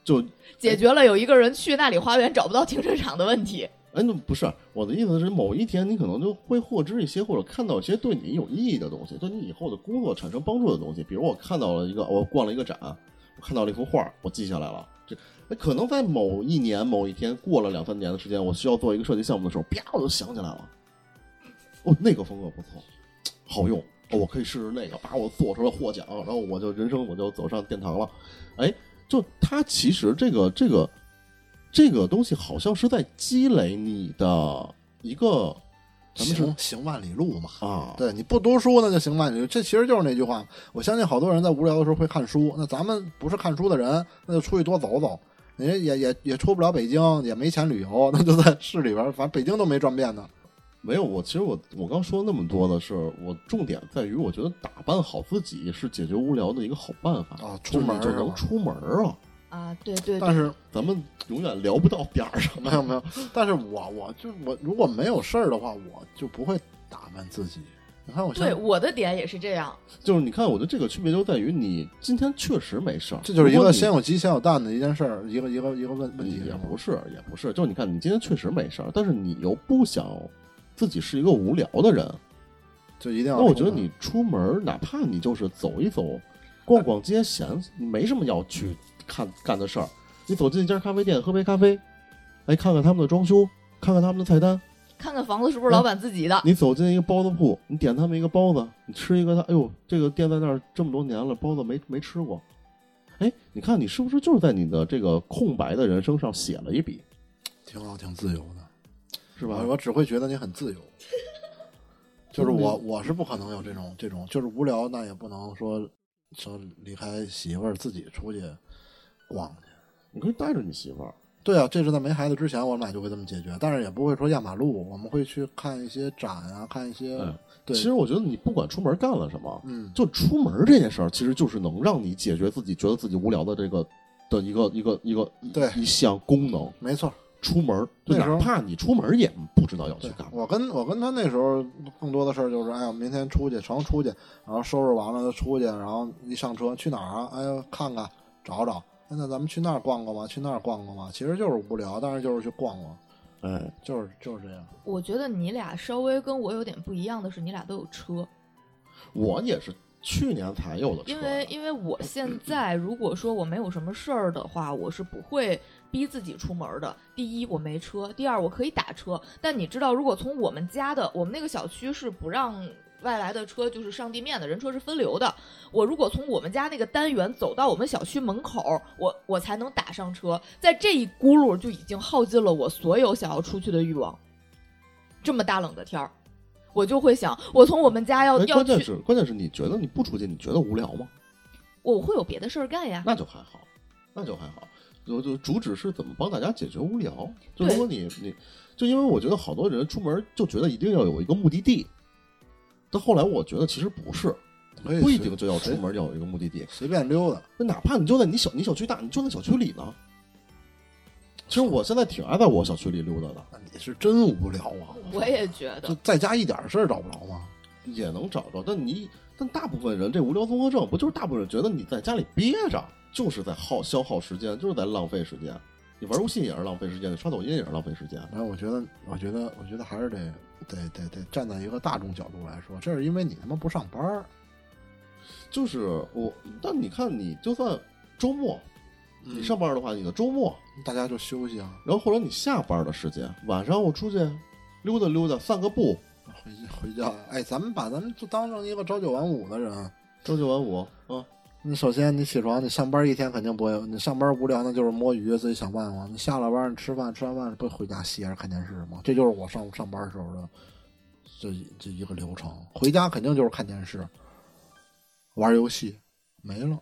B: 就
D: 解决了有一个人去那里花园找不到停车场的问题。
B: 哎，那不是我的意思是，某一天你可能就会获知一些，或者看到一些对你有意义的东西，对你以后的工作产生帮助的东西。比如我看到了一个，我逛了一个展，我看到了一幅画，我记下来了。这哎可能在某一年、某一天，过了两三年的时间，我需要做一个设计项目的时候，啪，我就想起来了，哦，那个风格不错，好用，哦、我可以试试那个，把我做出来获奖，然后我就人生我就走上殿堂了。哎，就它其实这个这个这个东西好像是在积累你的一个，咱们是
A: 行行万里路嘛。
B: 啊，
A: 对，你不读书那就行万里路。这其实就是那句话，我相信好多人在无聊的时候会看书。那咱们不是看书的人，那就出去多走走。人家也也也出不了北京，也没钱旅游，那就在市里边，反正北京都没转遍呢。
B: 没有我其实我我刚说那么多的是，我重点在于我觉得打扮好自己是解决无聊的一个好办法
A: 啊
B: 就是
A: 出
B: 你
A: 门儿
B: 就是能
A: 吧
B: 出门儿啊，
D: 啊，对对
A: 但是
B: 咱们永远聊不到 *laughs* 点儿上。
A: 没有没有，但是我我就我如果没有事儿的话，我就不会打扮自己。你看我现
D: 对，
A: 在，
D: 我的点也是这样。
B: 就是你看，我觉得这个区别就在于你今天确实没事儿，
A: 这就是一
B: 如果
A: 个
B: 你
A: 先有鸡先有蛋的一件事儿，一个一个一个问问题啊
B: 也不是，也不是，就是你看，你今天确实没事儿，但是你又不想自己是一个无聊的人，
A: 就一定要
B: 那
A: 出门。
B: 我觉得你出门儿，哪怕你就是走一走，逛逛街，闲，你没什么要去看干的事儿，你走进一家咖啡店，喝杯咖啡，哎，看看他们的装修，看看他们的菜单，
D: 看看房子是不是老板自己
A: 嗯
D: 的，
B: 你走进一个包子铺，你点他们一个包子，你吃一个他，哎呦，这个店在那儿这么多年了，包子没没吃过。哎，你看你是不是就是在你的这个空白的人生上写了一笔，
A: 挺好，挺自由的。
B: 是吧
A: 我？我只会觉得你很自由。就是
B: 就是
A: 我，我是不可能有这种这种，就是无聊，那也不能说说离开媳妇儿自己出去逛去。
B: 你可以带着你媳妇儿，
A: 对啊，这是在没孩子之前，我们俩就会这么解决，但是也不会说压马路，我们会去看一些展啊，看一些、
B: 嗯
A: 对，
B: 其实我觉得你不管出门干了什么，
A: 嗯，
B: 就出门这件事儿，其实就是能让你解决自己觉得自己无聊的这个的一个一个一个
A: 对
B: 一项功能。
A: 没错，
B: 出门儿，就
A: 那时
B: 哪
A: 候
B: 怕你出门儿也不知道要去
A: 对
B: 干嘛。
A: 我跟我跟他那时候更多的事儿就是，哎呀，明天出去，成出去，然后收拾完了就出去，然后一上车去哪儿啊？哎呀，看看找找，哎那咱们去那儿逛逛吧，去那儿逛逛吧。其实就是无聊，但是就是去逛逛，
B: 哎，
A: 就是就是这样。
D: 我觉得你俩稍微跟我有点不一样的是，你俩都有车，
B: 我也是去年才有的车，
D: 因为因为我现在如果说我没有什么事儿的话，我是不会逼自己出门的。第一，我没车；第二，我可以打车。但你知道，如果从我们家的我们那个小区是不让外来的车就是上地面的，人车是分流的。我如果从我们家那个单元走到我们小区门口，我我才能打上车。在这一轱辘就已经耗尽了我所有想要出去的欲望。这么大冷的天儿，我就会想，我从我们家要
B: 哎
D: 要
B: 关键
D: 去，
B: 是关键是你觉得你不出去，你觉得无聊吗？
D: 我会有别的事儿干呀。
B: 那就还好，那就还好。就就主旨是怎么帮大家解决无聊。就
D: 对
B: 如果你你，就因为我觉得好多人出门就觉得一定要有一个目的地，但后来我觉得其实不是，
A: 可以
B: 不一
A: 随
B: 定就要出
A: 随
B: 门要有一个目的地。
A: 随便溜达，
B: 那哪怕你就在你小你小区大，你就在小区里呢。其实我现在挺爱在我小区里溜达的，
A: 那你是真无聊啊！
D: 我也觉
A: 就
D: 得，
A: 在家一点事儿找不着吗？
B: 也能找着。但你但大部分人这无聊综合症，不就是大部分人觉得你在家里憋着，就是在耗消耗时间，就是在浪费时间。你玩游戏也是浪费时间，你刷抖音也是浪费时间。
A: 然后哎我觉得，我觉得，我觉得还是得得得得站在一个大众角度来说，这是因为你他妈不上班儿，
B: 就是我，但你看，你就算周末你
A: 嗯
B: 上班的话，你的周末，
A: 大家就休息啊，
B: 然后或者你下班的时间，晚上我出去溜达溜达，散个步，
A: 回回家。哎，咱们把咱们就当成一个朝九晚五的人。
B: 朝九晚五啊。
A: 你首先你起床，你上班一天肯定不会，你上班无聊那就是摸鱼，自己想办法。你下了班，你吃饭，吃完饭不回家歇着看电视吗？这就是我上上班时候的这这一个流程。回家肯定就是看电视、玩游戏，没了。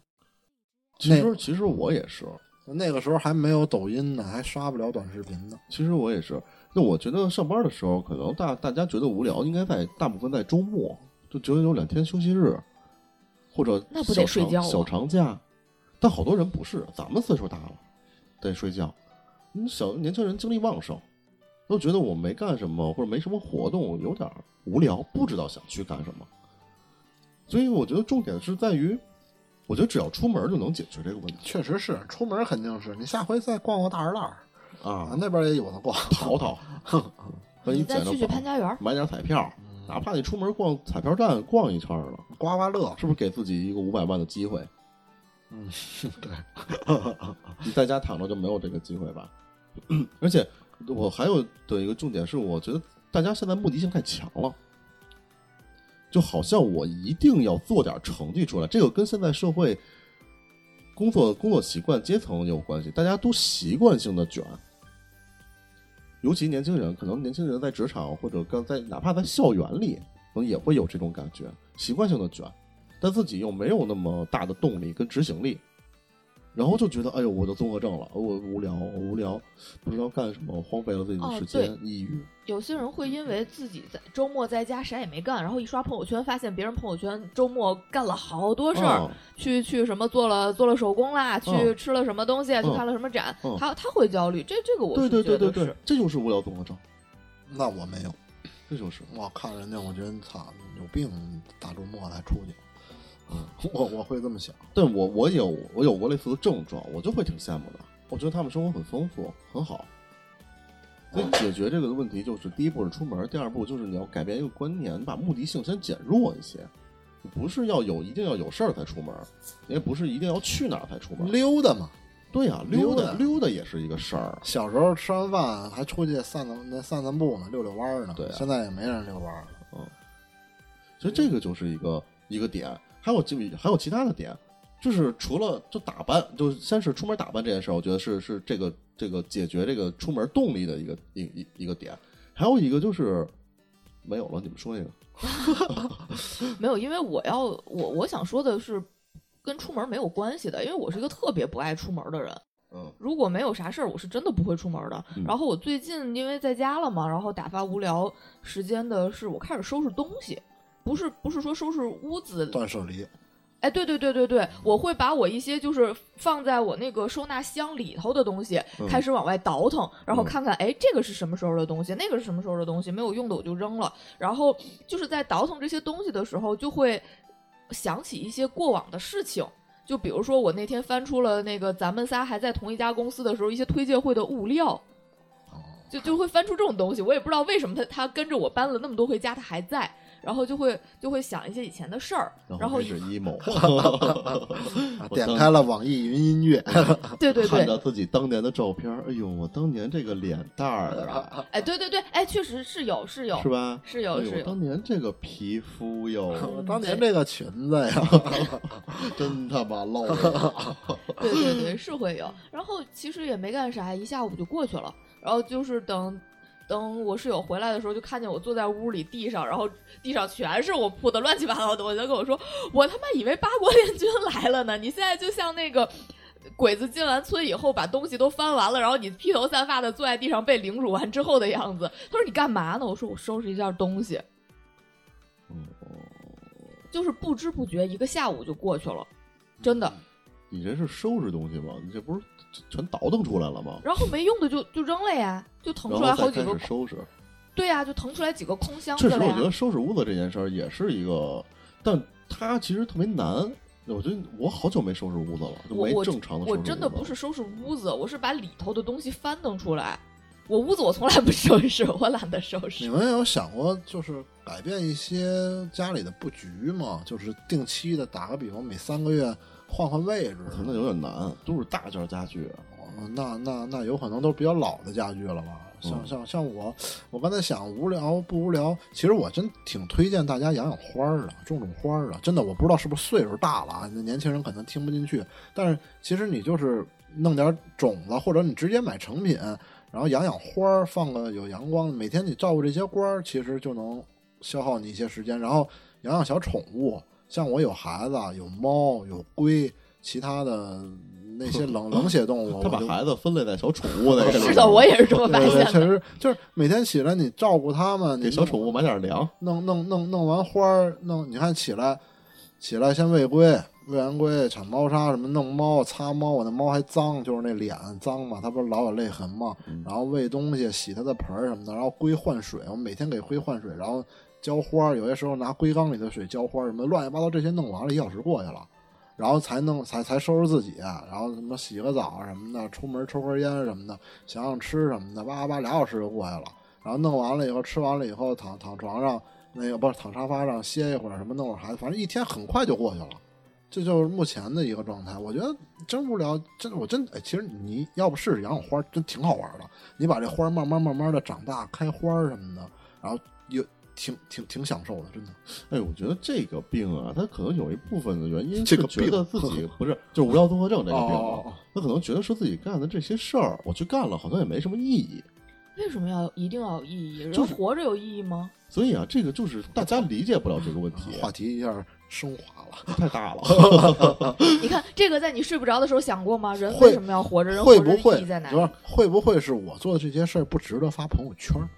B: 其实其实我也是，
A: 那个时候还没有抖音呢，还刷不了短视频呢。
B: 其实我也是。那我觉得上班的时候，可能大大家觉得无聊，应该在大部分在周末，就觉得有两天休息日，或者
D: 那不
B: 小
D: 得睡
B: 长
D: 觉啊
B: 小长假。但好多人不是，咱们岁数大了，得睡觉。嗯，小年轻人精力旺盛，都觉得我没干什么或者没什么活动，有点无聊，不知道想去干什么。所以我觉得重点是在于，我觉得只要出门就能解决这个问题
A: 确实是，出门肯定是你下回再逛逛大栅栏儿啊
B: 啊，。
A: 那边也有的逛。
B: 淘
D: *laughs*
B: 淘，万一
D: 你再
B: 捡着
D: 去去
B: 宝
D: 潘家园儿，
B: 买点彩票，哪怕你出门逛彩票站逛一圈儿了，
A: 刮刮乐，
B: 是不是给自己一个五百万的机会？
A: 嗯， *laughs* 对，
B: 你在家躺着就没有这个机会吧？ *clears throat* 而且我还有的一个重点是，我觉得大家现在目的性太强了，就好像我一定要做点成绩出来，这个跟现在社会工作工作习惯、阶层有关系，大家都习惯性的卷。尤其年轻人，可能年轻人在职场或者刚在哪怕在校园里，可能也会有这种感觉，习惯性的卷，但自己又没有那么大的动力跟执行力，然后就觉得，哎呦，我的综合症了，我无聊，我无聊，不知道干什么，荒废了自己的
D: 哦
B: 时
D: 对
B: 间，抑郁。
D: 有些人会因为自己在周末在家啥也没干，然后一刷朋友圈，发现别人朋友圈周末干了好多事儿，
B: 啊
D: 去去什么做了做了手工啦，去
B: 嗯
D: 吃了什么东西，啊去
B: 嗯
D: 看了什么展，
B: 嗯
D: 他他会焦虑，这这个我
B: 对
D: 是
B: 对对
D: 觉
B: 对
D: 得
B: 对
D: 是，，
B: 这就是无聊综合症，
A: 那我没有。
B: 这就是。
A: 我看人家，我觉得操有病，大周末还出去。嗯我我会这么想，
B: 但我我有我有过类似的症状，我就会挺羡慕的。我觉得他们生活很丰富，很好。所以解决这个问题，就是第一步是出门，第二步就是你要改变一个观念，你把目的性先减弱一些。你不是要有一定要有事儿才出门，也不是一定要去哪儿才出门。
A: 溜达嘛。
B: 对呀、溜
A: 溜达
B: 达溜达也是一个事儿。
A: 小时候吃完饭还出去散散那散散步呢，遛遛弯儿呢。
B: 对啊
A: 现在也没人遛弯儿了。
B: 所以这个就是一个一个点，还有就还有其他的点，就是除了就打扮，就先是出门打扮这件事儿，我觉得是是这个这个解决这个出门动力的一个一一一个点，还有一个就是没有了，你们说那个
D: 没有，因为我要我我想说的是，跟出门没有关系的，因为我是一个特别不爱出门的人，
B: 嗯
D: 如果没有啥事儿，我是真的不会出门的。
B: 嗯
D: 然后我最近因为在家了嘛，然后打发无聊时间的是我开始收拾东西，不是不是说收拾屋子，
A: 断舍离，
D: 哎，对对对对对，我会把我一些就是放在我那个收纳箱里头的东西、
B: 嗯
D: 开始往外倒腾，然后
B: 嗯
D: 看看，哎，这个是什么时候的东西，那个是什么时候的东西，没有用的我就扔了。然后就是在倒腾这些东西的时候，就会想起一些过往的事情。就比如说，我那天翻出了那个咱们仨还在同一家公司的时候，一些推介会的物料，就就会翻出这种东西。我也不知道为什么他他跟着我搬了那么多回家，他还在，然后就会就会想一些以前的事儿，然后
B: 开始 emo，
D: *laughs*
A: 啊
B: 我
A: 点
B: 当
A: 开了网易云音乐，
D: 对对对
B: 看，着自己当年的照片，哎呦，我当年这个脸蛋儿啊，
D: 哎，对对对，哎，确实是有是有
B: 是吧？
D: 是
B: 哎
D: 有
B: 呦
D: 是
B: 我
D: 有
B: 当，年这个皮肤哟，
D: *laughs*
A: 我当年这个裙子呀，
B: 真他妈露。
D: *laughs* 对对
B: 嗯
D: 对，是会有。然后其实也没干啥，一下午就过去了。然后就是等等我室友回来的时候，就看见我坐在屋里地上，然后地上全是我铺的乱七八糟的东西。他跟我说：“我他妈以为八国联军来了呢，你现在就像那个。”鬼子进完村以后，把东西都翻完了，然后你披头散发的坐在地上被凌辱完之后的样子。他说：“你干嘛呢？”我说：“我收拾一下东西。”
B: 嗯
D: 就是不知不觉一个下午就过去了，真的。
B: 你这是收拾东西吗？你这不是全倒腾出来了吗？
D: 然后没用的就就扔了呀，就腾
B: 然
D: 出
B: 后
D: 来好
B: 再
D: 几
B: 开
D: 个
B: 始，收拾。
D: 对呀、就腾出来几个空箱子
B: 确实，
D: 了
B: 我觉得
D: 呀。
B: 收拾屋子这件事儿也是一个，但它其实特别难。我觉得我好久没收拾屋子了，就
D: 我
B: 没
D: 我
B: 正常的收拾屋
D: 我
B: 子
D: 真的不是收拾屋子，我是把里头的东西翻腾出来。我屋子我从来不收拾，我懒得收
A: 你
D: 拾。
A: 们有想过就是改变一些家里的布局吗？就是定期的，打个比方，每三个月换换位置。
B: 我操，那有点难，都是大件家具。啊
A: 哦那那那有可能都是比较老的家具了吧？像
B: 嗯
A: 像像我，我刚才想无聊不无聊，其实我真挺推荐大家养养花儿的，种种花儿的。真的，我不知道是不是岁数大了啊，那年轻人可能听不进去。但是其实你就是弄点种子，或者你直接买成品，然后养养花儿，放个有阳光，每天你照顾这些花儿，其实就能消耗你一些时间。然后养养小宠物，像我有孩子，有猫，有龟，其他的那些
B: *laughs*
A: 冷冷血动物，
B: 他把
A: 哦我就
B: 孩子分类在小宠物
D: *laughs*
B: 那个里。
D: 是的，我也是这 *laughs* 么发
A: 对对，
D: 现
A: 确
D: 的。
A: 实就是每天起来你照顾它们，
B: 给
A: 你
B: 小宠物买点粮。
A: 弄弄弄弄完花儿，弄你看起来起来先喂龟，喂完龟铲猫砂什么，弄猫擦猫，我那猫还脏，就是那脸脏嘛，它不是老有泪痕嘛，然后喂东西洗它的盆儿什么的，然后龟换水，我每天给龟换水，然后浇花儿，有些时候拿龟缸里的水浇花儿什么的，乱七八糟这些弄完了，一小时过去了。然后才弄才才收拾自己，啊然后什么洗个澡啊什么的，出门抽根烟什么的，想想吃什么的，叭叭叭俩小时就过去了。然后弄完了以后，吃完了以后躺躺床上，那个不是躺沙发上歇一会儿，什么弄会儿孩子，反正一天很快就过去了。这就是目前的一个状态。我觉得真无聊，真我真哎，其实你要不试试养养花，真挺好玩的。你把这花慢慢慢慢的长大，开花什么的，然后有挺挺挺享受的，真的。
B: 哎，我觉得这个病啊，它可能有一部分的原因
A: 这
B: 是
A: 个
B: 觉得自
A: 病 *laughs*
B: 己不是，就是无聊综合症这个病
A: 哦
B: 啊，他可能觉得说自己干的这些事儿，我去干了好像也没什么意义。
D: 为什么要一定要有意义？人
B: 就是
D: 活着有意义吗？ *coughs*
B: 所以啊，这个就是大家理解不了这个问题，啊
A: 话题一下升华了。
B: 太大 *laughs* 了。
D: 你看这个，在你睡不着的时候想过吗？人
A: 会
D: 为什么要活着？人活
A: 会
D: 着
A: 不
D: 的
A: 会
D: 意义在哪
A: 不
D: 里
A: 是？会不会是我做的这些事儿不值得发朋友圈儿？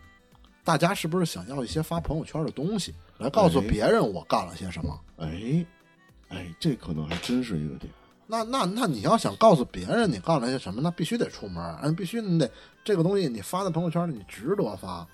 A: 大家是不是想要一些发朋友圈的东西来告诉
B: 哎
A: 别人我干了些什么？
B: 哎，哎，这可能还真是一个点。
A: 那那那你要想告诉别人你干了些什么，那必须得出门儿，嗯，必须你得这个东西你发在朋友圈里，你值得发。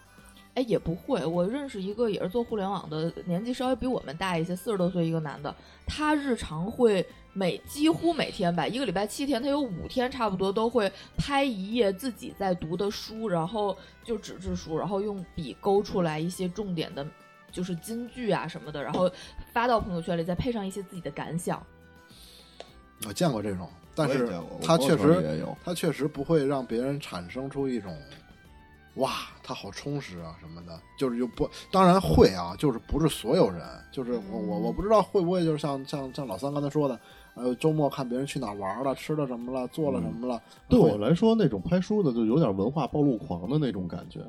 D: 哎，也不会。我认识一个也是做互联网的，年纪稍微比我们大一些，四十多岁一个男的，他日常会每几乎每天吧，一个礼拜七天，他有五天差不多都会拍一页自己在读的书，然后就纸质书，然后用笔勾出来一些重点的，就是金句啊什么的，然后发到朋友圈里，再配上一些自己的感想。
A: 我见过这种，但
B: 我也
A: 是
B: 见过我
A: 他
B: 朋
A: 确
B: 友圈里也
A: 实
B: 有
A: 他确实不会让别人产生出一种。哇，他好充实啊，什么的，就是就不，当然会啊，就是不是所有人，就是我我我不知道会不会就是像像像老三刚才说的，呃，周末看别人去哪儿玩了，吃了什么了，做了什么了，
B: 嗯对
A: 会
B: 我来说，那种拍书的就有点文化暴露狂的那种感觉。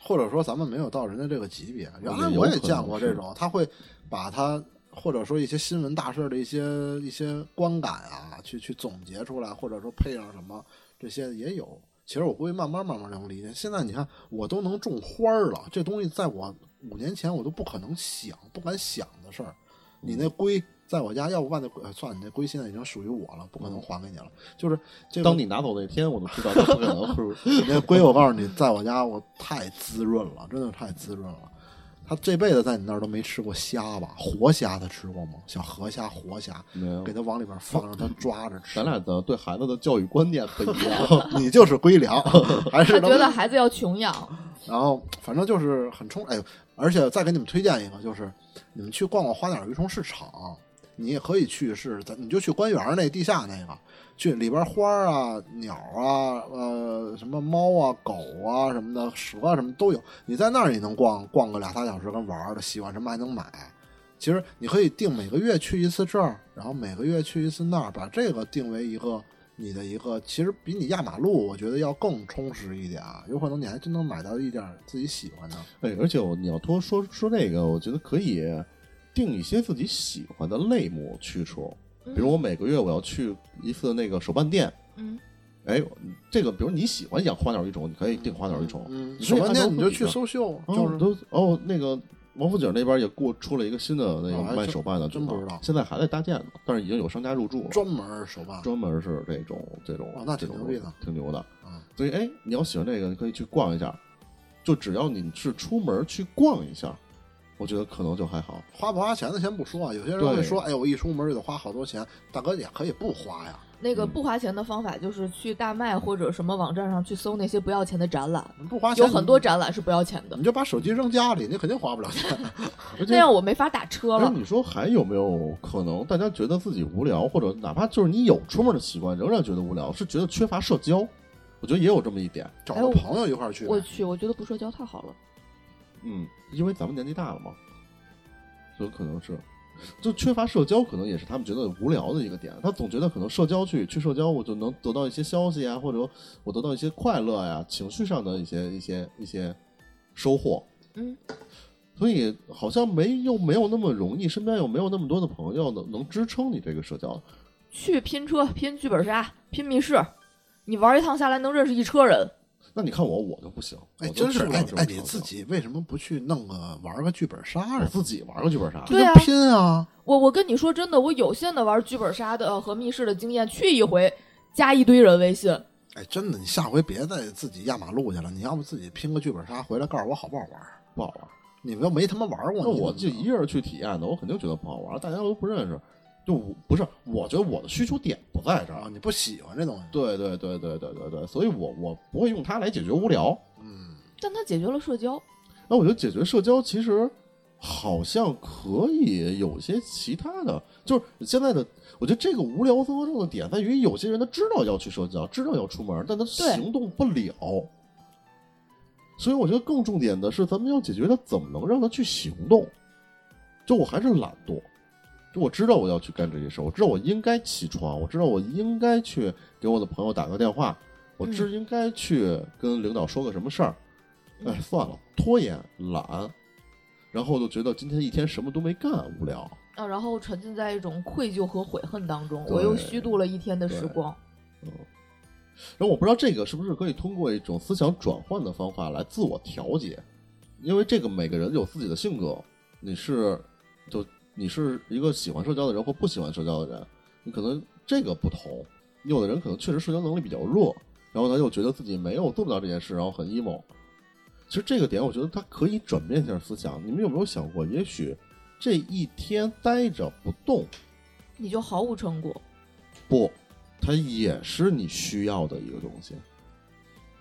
A: 或者说咱们没有到人家这个级别。原来
B: 也有
A: 我也
B: 可
A: 见
B: 能
A: 过
B: 是
A: 这种，他会把他或者说一些新闻大事的一些一些观感啊，去去总结出来，或者说配上什么这些的也有。其实我估计慢慢慢慢能理解。现在你看，我都能种花儿了，这东西在我五年前我都不可能想、不敢想的事儿。你
B: 嗯
A: 那龟在我家，要不把那龟呃算了，你那龟现在已经属于我了，不
B: 嗯
A: 可能还给你了。就是这个，
B: 当你拿走那天，我都知道它不可 *laughs* 能会
A: 那龟，我告诉你，在我家我太滋润了，真的太滋润了。他这辈子在你那儿都没吃过虾吧？活虾他吃过吗？小河虾、活虾，
B: 没有
A: 给。他往里边放，让他抓着吃
B: 咱。俩的对孩子的教育观念不一 *laughs* 样，
A: *laughs* 你就是
B: *laughs*
A: 龟粮，还是
D: 他觉
A: 能
D: 得孩子要穷养，
A: 然后反正就是很冲，哎呦，而且再给你们推荐一个，就是你们去逛逛花鸟鱼虫市场，你也可以去是，咱你就去官园儿那地下那个，去里边儿花儿啊、鸟啊、呃什么猫啊、狗啊什么的、蛇啊什么都有，你在那儿也能逛逛个俩仨小时，跟玩儿的，喜欢什么还能买。其实你可以定每个月去一次这儿，然后每个月去一次那儿，把这个定为一个你的一个，其实比你压马路，我觉得要更充实一点儿。有可能你还真能买到一点儿自己喜欢的。
B: 哎，而且我你要多说说这个，我觉得可以定一些自己喜欢的类目去处，比如我每个月我要去一次那个手办店，
D: 嗯，
B: 哎，这个比如你喜欢养花鸟鱼虫，你可以定花鸟鱼虫，
A: 嗯，
B: 所
A: 手
B: 以
A: 办
B: 按照
A: 店你
B: 自
A: 就
B: 己
A: 去
B: 的
A: 搜秀，
D: 嗯
A: 就
B: 哦，
A: 是
B: 都哦，那个王府井那边也过出了一个新的那
A: 哦还
B: 个卖
A: 真
B: 手办的，
A: 真不知道
B: 现在还在搭建呢，但是已经有商家入驻了，
A: 专门儿手办。
B: 专门是这种这种，
A: 哦那
B: 这
A: 挺
B: 种
A: 牛逼的
B: 挺牛的
A: 嗯。
B: 所以哎，你要喜欢这个，你可以去逛一下，就只要你是出门去逛一下，我觉得可能就还好。
A: 花不花钱的先不说啊，有些人
B: 对
A: 会说，哎呦，我一出门就得花好多钱。大哥也可以不花呀，
D: 那个
B: 嗯
D: 不花钱的方法就是去大麦或者什么网站上去搜那些不要钱的展览，
A: 你不花钱
D: 有很多，展览是不要钱的
A: 你，就把手机扔家里，你肯定花不
D: *laughs*
A: 了钱。
B: 而
D: 那
B: 且，
D: 样啊我没法打车
B: 哎，
D: 了。
B: 你说还有没有可能大家觉得自己无聊，或者哪怕就是你有出门的习惯，仍然觉得无聊，是觉得缺乏社交？我觉得也有这么一点。
A: 找
D: 哎
A: 个
D: 我
A: 朋友一块儿去呗。哎
D: 我去，我觉得不社交太好了。
B: 嗯，因为咱们年纪大了嘛，所以可能是，就缺乏社交，可能也是他们觉得无聊的一个点。他总觉得可能社交去去社交，我就能得到一些消息啊，或者我得到一些快乐呀、情绪上的一些一些一些收获。
D: 嗯，
B: 所以好像没又没有那么容易，身边又没有那么多的朋友能能支撑你这个社交。
D: 去拼车、拼剧本杀、拼密室，你玩一趟下来能认识一车人。
B: 那你看我，我就不行，
A: 哎，
B: 我就
A: 真是
B: 去不了
A: 哎
B: 这，种
A: 哎，你
B: 场
A: 自
B: 景
A: 己为什么不去弄个玩个剧本杀
B: 我
A: 啊？
B: 自己玩个剧本杀，
A: 这
D: 对啊
A: 就拼啊！
D: 我我跟你说真的，我有限的玩剧本杀的呃和密室的经验，去一回加一堆人微信，
A: 哎，真的，你下回别再自己压马路去了。你要不自己拼个剧本杀回来，告诉我好不好玩儿？
B: 不好啊玩。
A: 你们又没他妈玩过，
B: 那
A: 你
B: 我
A: 怎么
B: 就一个人去体验的，我肯定觉得不好玩，大家都不认识。就我不是，我觉得我的需求点不在这
A: 啊
B: 儿。，
A: 你不喜欢这东西，
B: 对对对对对对对，所以我我不会用它来解决无聊。
A: 嗯，
D: 但它解决了社交。
B: 那我觉得解决社交其实好像可以有些其他的，就是现在的，我觉得这个无聊增加症的点在于，有些人他知道要去社交，知道要出门，但他行动不了。所以我觉得更重点的是，咱们要解决他怎么能让他去行动。就我还是懒惰，就我知道我要去干这些事儿，我知道我应该起床，我知道我应该去给我的朋友打个电话，我知应该去跟领导说个什么事儿。哎，算了，拖延懒，然后就觉得今天一天什么都没干，无聊。
D: 啊，然后沉浸在一种愧疚和悔恨当中，
B: 对
D: 我又虚度了一天的时
B: 对
D: 光。
B: 然后我不知道这个是不是可以通过一种思想转换的方法来自我调节，因为这个每个人有自己的性格，你是就你是一个喜欢社交的人或不喜欢社交的人，你可能这个不同。有的人可能确实社交能力比较弱，然后他又觉得自己没有做不到这件事，然后很 emo。其实这个点，我觉得他可以转变一下思想。你们有没有想过，也许这一天待着不动，
D: 你就毫无成果。
B: 不，它也是你需要的一个东西。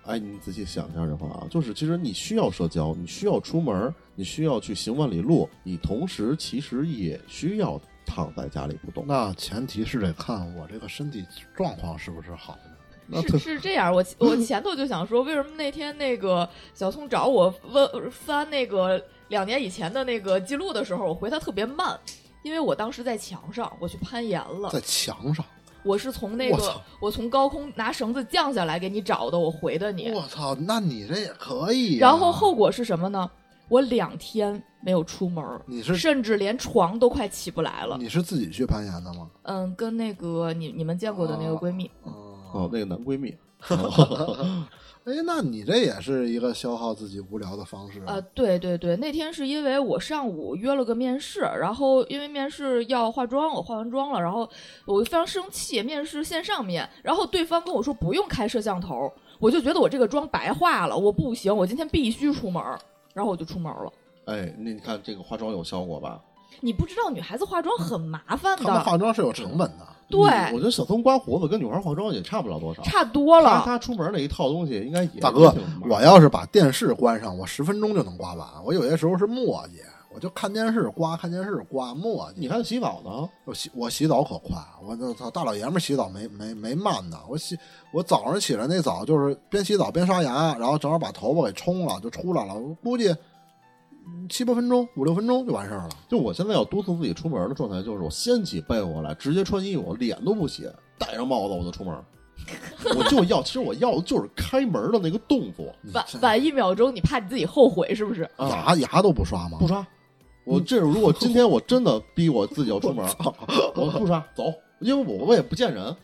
B: 哎，你仔细想一下这话啊，就是其实你需要社交，你需要出门儿，你需要去行万里路，你同时其实也需要躺在家里不动。
A: 那前提是得看我这个身体状况是不是好的。
B: 那
D: 是是这样，我我前头就想说，为什么那天那个小宋找我问翻那个两年以前的那个记录的时候，我回他特别慢，因为我当时在墙上，我去攀岩了
A: 在，墙上，
D: 我是从那
A: 我
D: 个
A: 操
D: 我从高空拿绳子降下来给你找的，我回的你，
A: 我操，那你这也可以啊呀、
D: 然后后果是什么呢？我两天没有出门儿，
A: 你是
D: 甚至连床都快起不来了。
A: 你是自己去攀岩的吗？
D: 嗯，跟那个你你们见过的那个闺蜜，
A: 哦
B: 哦，那个男闺蜜，
A: 哎，那你这也是一个消耗自己无聊的方式
D: 呃，对对对，那天是因为我上午约了个面试，然后因为面试要化妆，我化完妆了，然后我就非常生气，面试线上面，然后对方跟我说不用开摄像头，我就觉得我这个妆白化了，我不行，我今天必须出门儿，然后我就出门了。
B: 哎，那你看这个化妆有效果吧？
D: 你不知道女孩子化妆很麻烦
A: 他们
D: 的，
A: 化妆是有成本的，
D: 对
B: 我觉得小松刮胡子跟女孩化妆也差不了多少。
D: 差多
B: 他
D: 了。
B: 他出门那一套东西应该也
A: 大哥
B: 挺麻，
A: 我要是把电视关上，我十分钟就能刮完。我有些时候是磨叽，我就看电视刮，看电视刮磨叽。
B: 你还洗澡呢，
A: 我洗我洗澡可快，我这操大老爷们儿洗澡没没没慢的，我洗我早上起来那早就是边洗澡边刷牙，然后正好把头发给冲了就出来了，我估计嗯七八分钟五六分钟就完事儿了。
B: 就我现在要督促自己出门的状态，就是我掀起被窝来，直接穿衣服，脸都不洗，戴上帽子我就出门。我就要，其实我要的就是开门的那个动作
A: 你
D: 晚
A: 这
D: 晚一秒钟，你怕你自己后悔是不是？
B: 啊，
A: 牙牙都不刷吗？
B: 不刷。我这如果今天我真的逼我自己要出门，我不刷走，因为我我也不见人，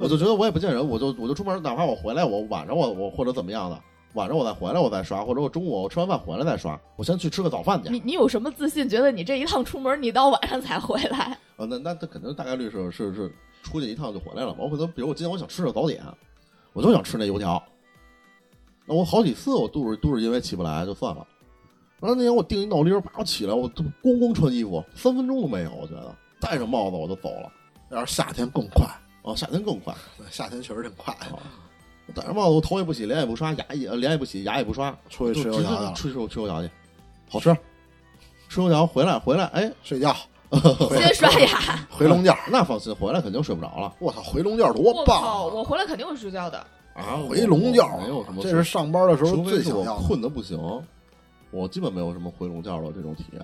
B: 我就觉得我也不见人，我就我就出门，哪怕我回来，我晚上我我或者怎么样的，晚上我再回来我再刷，或者我中午我吃完饭回来再刷，我先去吃个早饭去。
D: 你你有什么自信，觉得你这一趟出门，你到晚上才回来？
B: 啊，那那他肯定大概率是是是出去一趟就回来了。包括他，比如我今天我想吃个早点，我就想吃那油条。那我好几次我都是都是因为起不来就算了。然后那天我定一闹铃儿，啪我起来，我就咣咣穿衣服，三分钟都没有，我觉得戴上帽子我就走了。
A: 要是夏天更快，
B: 啊，夏天更快，
A: 夏天确实挺快，
B: 啊我戴上帽子我头也不洗，脸也不刷，牙也脸也不洗，牙也不刷，
A: 出
B: 就
A: 去吃
B: 直
A: 油
B: 接
A: 条去了，
B: 吃吃吃油条去，好吃。吃油条回来回来，哎，
A: 睡觉
D: 先刷牙。
A: 回笼觉。
B: 那放心，回来肯定睡不着了
A: 我操，回笼觉多
D: 我
A: 棒
D: 靠！我
A: 啊！
D: 回来肯定会睡觉的。
B: 啊！我
A: 回笼觉
B: 没有什么事，
A: 这是上班的时候
B: 除非
A: 最
B: 是
A: 想
B: 我
A: 要的。
B: 困得不行，我基本没有什么回笼觉的这种体验。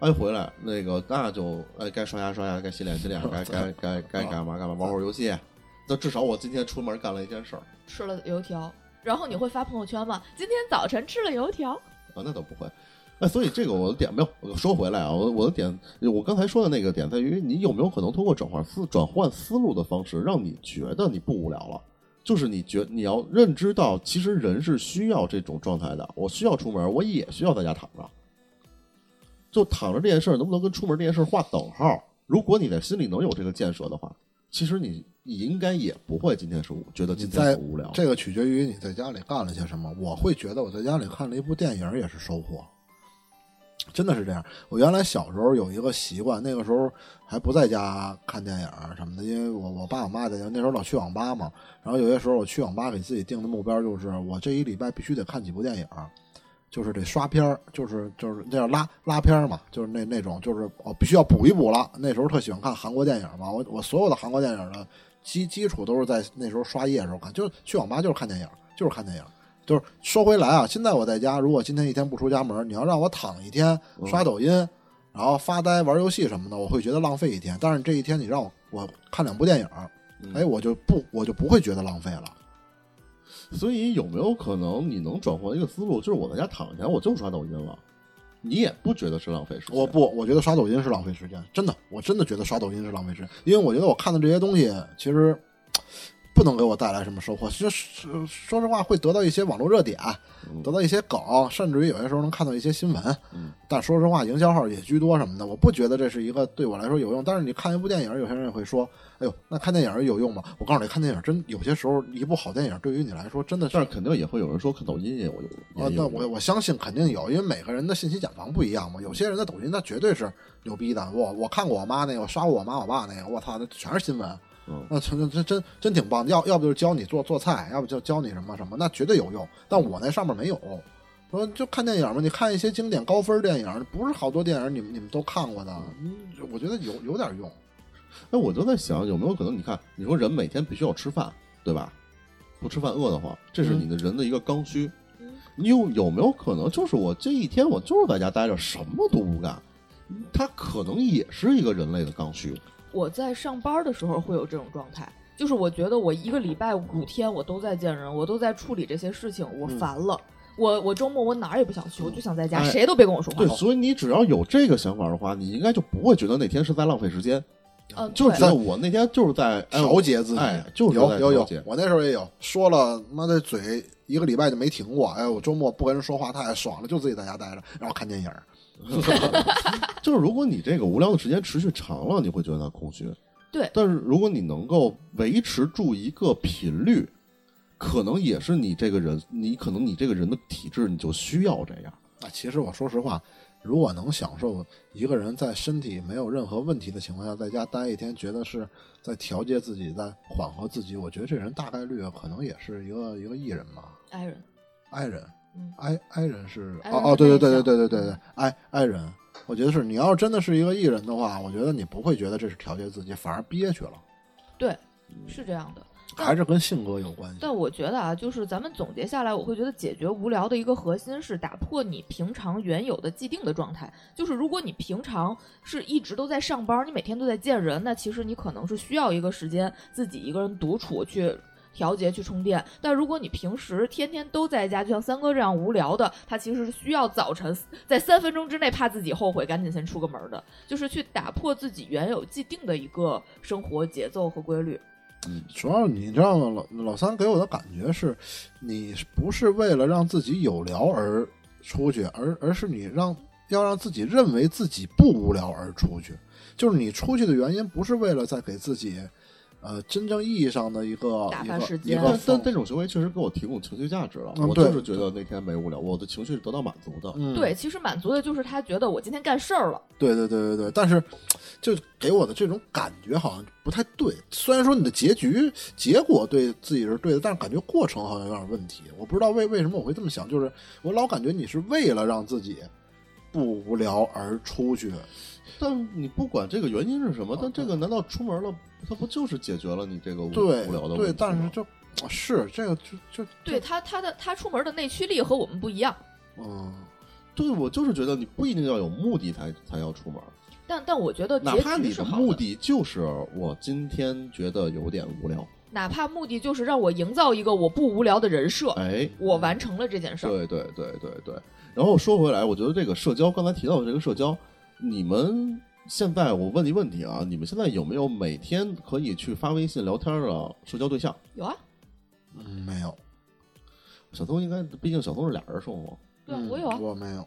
B: 哎，回来那个那就哎该刷牙刷牙，该洗脸洗脸，
A: *laughs*
B: 该该该该干嘛干嘛，玩会儿游戏。那至少我今天出门干了一件事儿
D: 吃了油条，然后你会发朋友圈吗？今天早晨吃了油条，
B: 啊，那倒不会。哎，所以这个我的点没有，我说回来啊，我我的点，我刚才说的那个点在于，你有没有可能通过转换思转换思路的方式，让你觉得你不无聊了？就是你觉你要认知到，其实人是需要这种状态的。我需要出门，我也需要在家躺着。就躺着这件事儿，能不能跟出门这件事儿画等号？如果你在心里能有这个建设的话，其实你你应该也不会今天是无觉得今天
A: 在
B: 是无聊。
A: 这个取决于你在家里干了些什么。我会觉得我在家里看了一部电影也是收获，真的是这样。我原来小时候有一个习惯，那个时候还不在家看电影儿什么的，因为我我爸我妈在家，那时候老去网吧嘛。然后有些时候我去网吧给自己定的目标就是，我这一礼拜必须得看几部电影儿。就是得刷片儿，就是就是那叫拉拉片儿嘛，就是那那种就是我必须要补一补了。那时候特喜欢看韩国电影嘛，我我所有的韩国电影的基基础都是在那时候刷夜的时候看，就是去网吧就是看电影，就是看电影。就是说回来啊，现在我在家，如果今天一天不出家门，你要让我躺一天
B: 嗯
A: 刷抖音，然后发呆玩游戏什么的，我会觉得浪费一天。但是这一天你让我我看两部电影，
B: 嗯
A: 哎，我就不我就不会觉得浪费了。
B: 所以有没有可能你能转换一个思路，就是我在家躺下，我就刷抖音了，你也不觉得是浪费时间？
A: 我，不，我觉得刷抖音是浪费时间，真的，我真的觉得刷抖音是浪费时间，因为我觉得我看的这些东西其实不能给我带来什么收获。其实说说实话，会得到一些网络热点，
B: 嗯
A: 得到一些梗，甚至于有些时候能看到一些新闻。
B: 嗯
A: 但说实话，营销号也居多什么的，我不觉得这是一个对我来说有用。但是你看一部电影，有些人也会说：“哎呦，那看电影有用吗？”我告诉你，看电影真有些时候一部好电影对于你来说真的是
B: 但是肯定也会有人说看抖音也有用。
A: 啊，
B: 也
A: 那
B: 有
A: 我我相信肯定有，因为每个人的信息茧房不一样嘛。有些人的抖音那绝对是牛逼的，我我看过我妈那个，我刷过我妈我爸那个，我操，那全是新闻，
B: 嗯
A: 那真真真真挺棒的。要要不就是教你做做菜，要不就教你什么什么，那绝对有用。但我那上面没有，说就看电影嘛，你看一些经典高分电影，不是好多电影你们你们都看过的，嗯我觉得有有点用。
B: 哎，我就在想有没有可能，你看，你说人每天必须要吃饭，对吧？不吃饭饿得慌，这
A: 嗯
B: 是你的人的一个刚需。
D: 嗯
B: 你有有没有可能，就是我这一天我就是在家待着，什么都不干，它可能也是一个人类的刚需。
D: 我在上班的时候会有这种状态，就是我觉得我一个礼拜五天我都在见人，我都在处理这些事情，我烦了。我我周末我哪儿也不想去，我就想在家，
B: 嗯哎
D: 谁都别跟我说话
B: 对，。所以你只要有这个想法的话，你应该就不会觉得那天是在浪费时间。
D: 呃，
B: 就
D: 对
B: 觉得我那天就是在哎
A: 调节自己，
B: 哎，就是
A: 有
B: 在
A: 有
B: 调
A: 有
B: 节，。
A: 我那时候也有，说了妈的嘴一个礼拜就没停过，哎，我周末不跟人说话太爽了，就自己在家待着，然后看电影儿。
B: 就是如果你这个无聊的时间持续长了，你会觉得空虚。
D: 对
B: 但是如果你能够维持住一个频率，可能也是你这个人，你可能你这个人的体质你就需要这样。
A: 啊，其实我说实话，如果能享受一个人在身体没有任何问题的情况下，在家待一天，觉得是在调节自己，在缓和自己，我觉得这人大概率可能也是一个一个艺人吧，
D: 爱人，
A: 爱人
D: 嗯，
A: 爱爱人是
D: 爱人
A: 哦哦，
D: 是
A: 对对
D: 内
A: 对对
D: 向
A: 对对对对，爱爱人，我觉得是你要是真的是一个艺人的话，我觉得你不会觉得这是调节自己，反而憋屈了，
D: 对，是这样的。但
A: 还是跟性格有关系。
D: 但我觉得啊，就是咱们总结下来，我会觉得解决无聊的一个核心是打破你平常原有的既定的状态。就是如果你平常是一直都在上班，你每天都在见人，那其实你可能是需要一个时间自己一个人独处去。调节去充电，但如果你平时天天都在家，就像三哥这样无聊的，他其实是需要早晨在三分钟之内怕自己后悔，赶紧先出个门的，就是去打破自己原有既定的一个生活节奏和规律。
A: 主要你知道吗？老老三给我的感觉是，你不是为了让自己有聊而出去，而而是你让要让自己认为自己不无聊而出去。就是你出去的原因不是为了在给自己，呃，真正意义上的一个
D: 打
A: 一
D: 发
A: 个
D: 时
A: 一
D: 间
A: 个
B: 但但
A: 放
B: 这种行为确实给我提供情绪价值了，
A: 嗯
B: 我
A: 对
B: 就是觉得那天没无聊，我的情绪是得到满足的。
A: 嗯
D: 对，其实满足的就是他觉得我今天干事儿了。
A: 对对对对对，但是就给我的这种感觉好像不太对。虽然说你的结局结果对自己是对的，但是感觉过程好像有点问题。我不知道为为什么我会这么想，就是我老感觉你是为了让自己不无聊而出去。
B: 但你不管这个原因是什
A: 嗯
B: 么，但这个难道出门了，它不就是解决了你这个无
A: 对
B: 无聊的问题吗？
A: 对，但是就。是这个就就
D: 对他，他的他出门的内驱力和我们不一样，
A: 嗯，
B: 对我就是觉得你不一定要有目的才才要出门，
D: 但但我觉得
B: 哪
D: 结
B: 怕
D: 局
B: 你
D: 是
B: 的
D: 好
B: 目，的就是我今天觉得有点无聊，
D: 哪怕目的就是让我营造一个我不无聊的人设，
B: 哎，
D: 我完成了这件事儿。
B: 对对对对对。然后说回来，我觉得这个社交，刚才提到的这个社交，你们现在我问你问题啊，你们现在有没有每天可以去发微信聊天的社交对象？
D: 有啊，
A: 嗯没有，
B: 小松应该，毕竟小松是俩人生活。
D: 对啊
A: 嗯
D: 我有啊，
A: 我没有，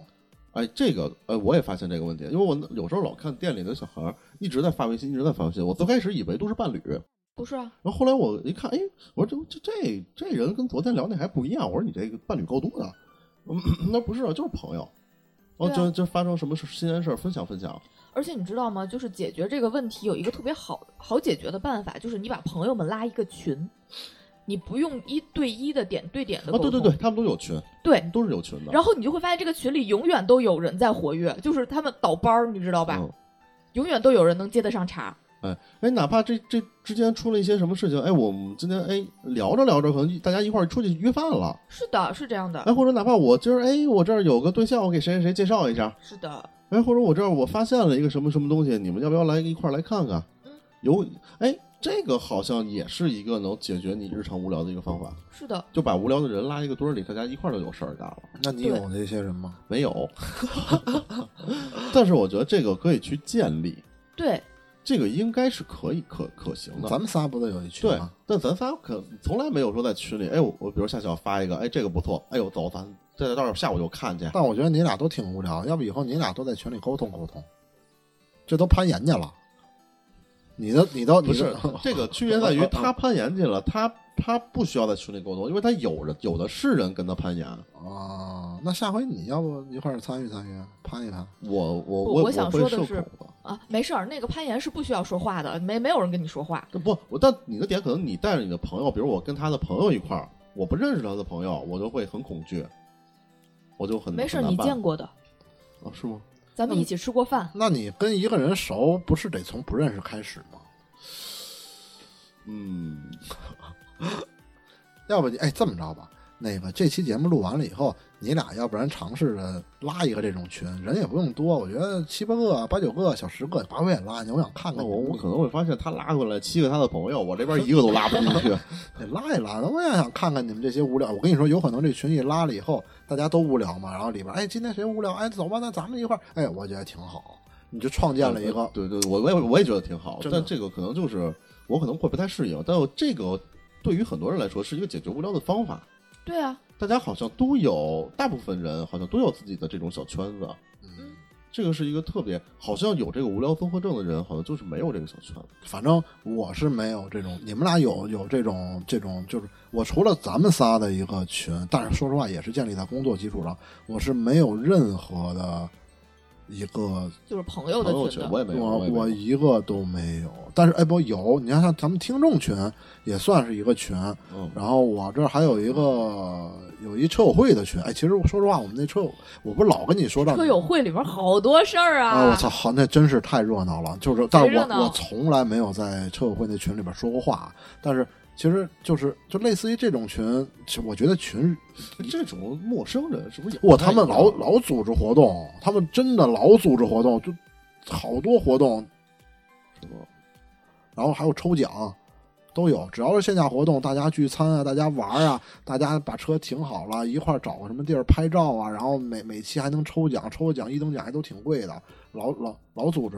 B: 哎，这个，哎，我也发现这个问题，因为我有时候老看店里的小孩儿一直在发微信，一直在发微信。我最开始以为都是伴侣，
D: 不是啊，
B: 然后后来我一看，哎，我说这这这这人跟昨天聊那还不一样。我说你这个伴侣够多的，嗯，那不是啊，就是朋友。然后
D: 对啊
B: 就就发生什么事新鲜事儿分享分享。
D: 而且你知道吗？就是解决这个问题有一个特别好好解决的办法，就是你把朋友们拉一个群，你不用一对一的点对点的
B: 啊，
D: 沟
B: 对
D: 通，
B: 对对，嗯他们都有群，
D: 对
B: 都是有群的。
D: 然后你就会发现这个群里永远都有人在活跃，就是他们倒班儿，你知道吧？
B: 嗯
D: 永远都有人能接得上茬。
B: 哎哎，哪怕这这之间出了一些什么事情，哎，我们今天哎聊着聊着，可能大家一块儿出去约饭了，
D: 是的，是这样的，
A: 啊
B: 哎，或者哪怕我今儿哎我这儿有个对象，我给谁谁谁介绍一下，
D: 是的，
B: 哎，或者我这儿我发现了一个什么什么东西，你们要不要来一块儿来看看
D: 嗯？
B: 有哎，这个好像也是一个能解决你日常无聊的一个方法，
D: 是的。
B: 就把无聊的人拉一个堆儿里，大家一块儿就有事儿干了。
A: 那你
D: 对
A: 有这些人吗？
B: 没有， *laughs* 但是我觉得这个可以去建立，
D: 对，
B: 这个应该是可以可可行的。
A: 咱们仨不都有一群
B: 对
A: 吗？，
B: 但咱仨可从来没有说在群里，哎，我我比如下小发一个，哎，这个不错，哎呦，走，咱这到时候下午就看去。
A: 但我觉得你俩都挺无聊，要不以后你俩都在群里沟通沟通，这都攀岩去了。你的啊你都你
B: 不是
A: *laughs* 的
B: 这个区别在于他攀岩去了，他他不需要在群里沟通，因为他有人有的是人跟他攀岩。
A: 啊，那下回你要不一块儿参与参与，攀一攀。
B: 我我
D: 不
B: 我
D: 我想
B: 会
D: 说的
B: 社恐
D: 是
B: 的。
D: 啊，没事儿，那个攀岩是不需要说话的，没没有人跟你说话。
B: 但不，我但你的点可能你带着你的朋友，比如我跟他的朋友一块儿，我不认识他的朋友，我就会很恐惧，我就很
D: 没事儿，
B: 很难
D: 你
B: 办
D: 见过的，
B: 啊？是吗？
D: 咱们一起吃过饭。
A: 嗯那你跟一个人熟，不是得从不认识开始吗？
B: 嗯，
A: 要不你哎这么着吧，那个这期节目录完了以后，你俩要不然尝试着拉一个这种群，人也不用多，我觉得七八个、啊八九个、小十个，把我也拉进去，我想看
B: 那
A: 看
B: 我
A: 你
B: 我可能会发现他拉过来七个他的朋友，我
D: *laughs*
B: 这边一个都拉不进去。
A: 得拉一拉，我也想看看你们这些无聊。我跟你说，有可能这群一拉了以后，大家都无聊嘛，然后里边哎，今天谁无聊？哎，走吧，那咱们一块儿，哎，我觉得挺好。你就创建了一个，
B: 对对，对我我也我也觉得挺好，
A: 真的
B: 但这个可能就是我可能会不太适应，但我这个对于很多人来说是一个解决无聊的方法。
D: 对啊，
B: 大家好像都有，大部分人好像都有自己的这种小圈子。
A: 嗯，
B: 这个是一个特别，好像有这个无聊综合症的人，好像就是没有这个小圈子。
A: 反正我是没有这种，你们俩有有这种这种，就是我除了咱们仨的一个群，但是说实话也是建立在工作基础上，我是没有任何的一个，
D: 就是朋友
B: 朋友
D: 的群
B: 圈
D: 的，
B: 我也没有，
A: 我
B: 也没有
A: 我一个都没有。但是哎不有，你看像咱们听众群也算是一个群，
B: 嗯，
A: 然后我这儿还有一个有一车友会的群，哎，其实说实话，我们那车友，我不是老跟你说到
D: 车友会里边好多事儿
A: 啊、我操，好，那真是太热闹了。就是，但是
D: 热
A: 我
D: 闹
A: 我从来没有在车友会那群里边说过话，但是其实就是就类似于这种群，其实我觉得群，
B: 这种陌生人是不是也不
A: 哇，
B: 太
A: 他们
B: 一
A: 老
B: 样
A: 老组织活动，他们真的老组织活动，就好多活动，
B: 是吧
A: 然后还有抽奖。都有，只要是线下活动，大家聚餐啊，大家玩啊，大家把车停好了，一块儿找个什么地儿拍照啊，然后每每期还能抽奖，抽奖一等奖还都挺贵的，老老老组织。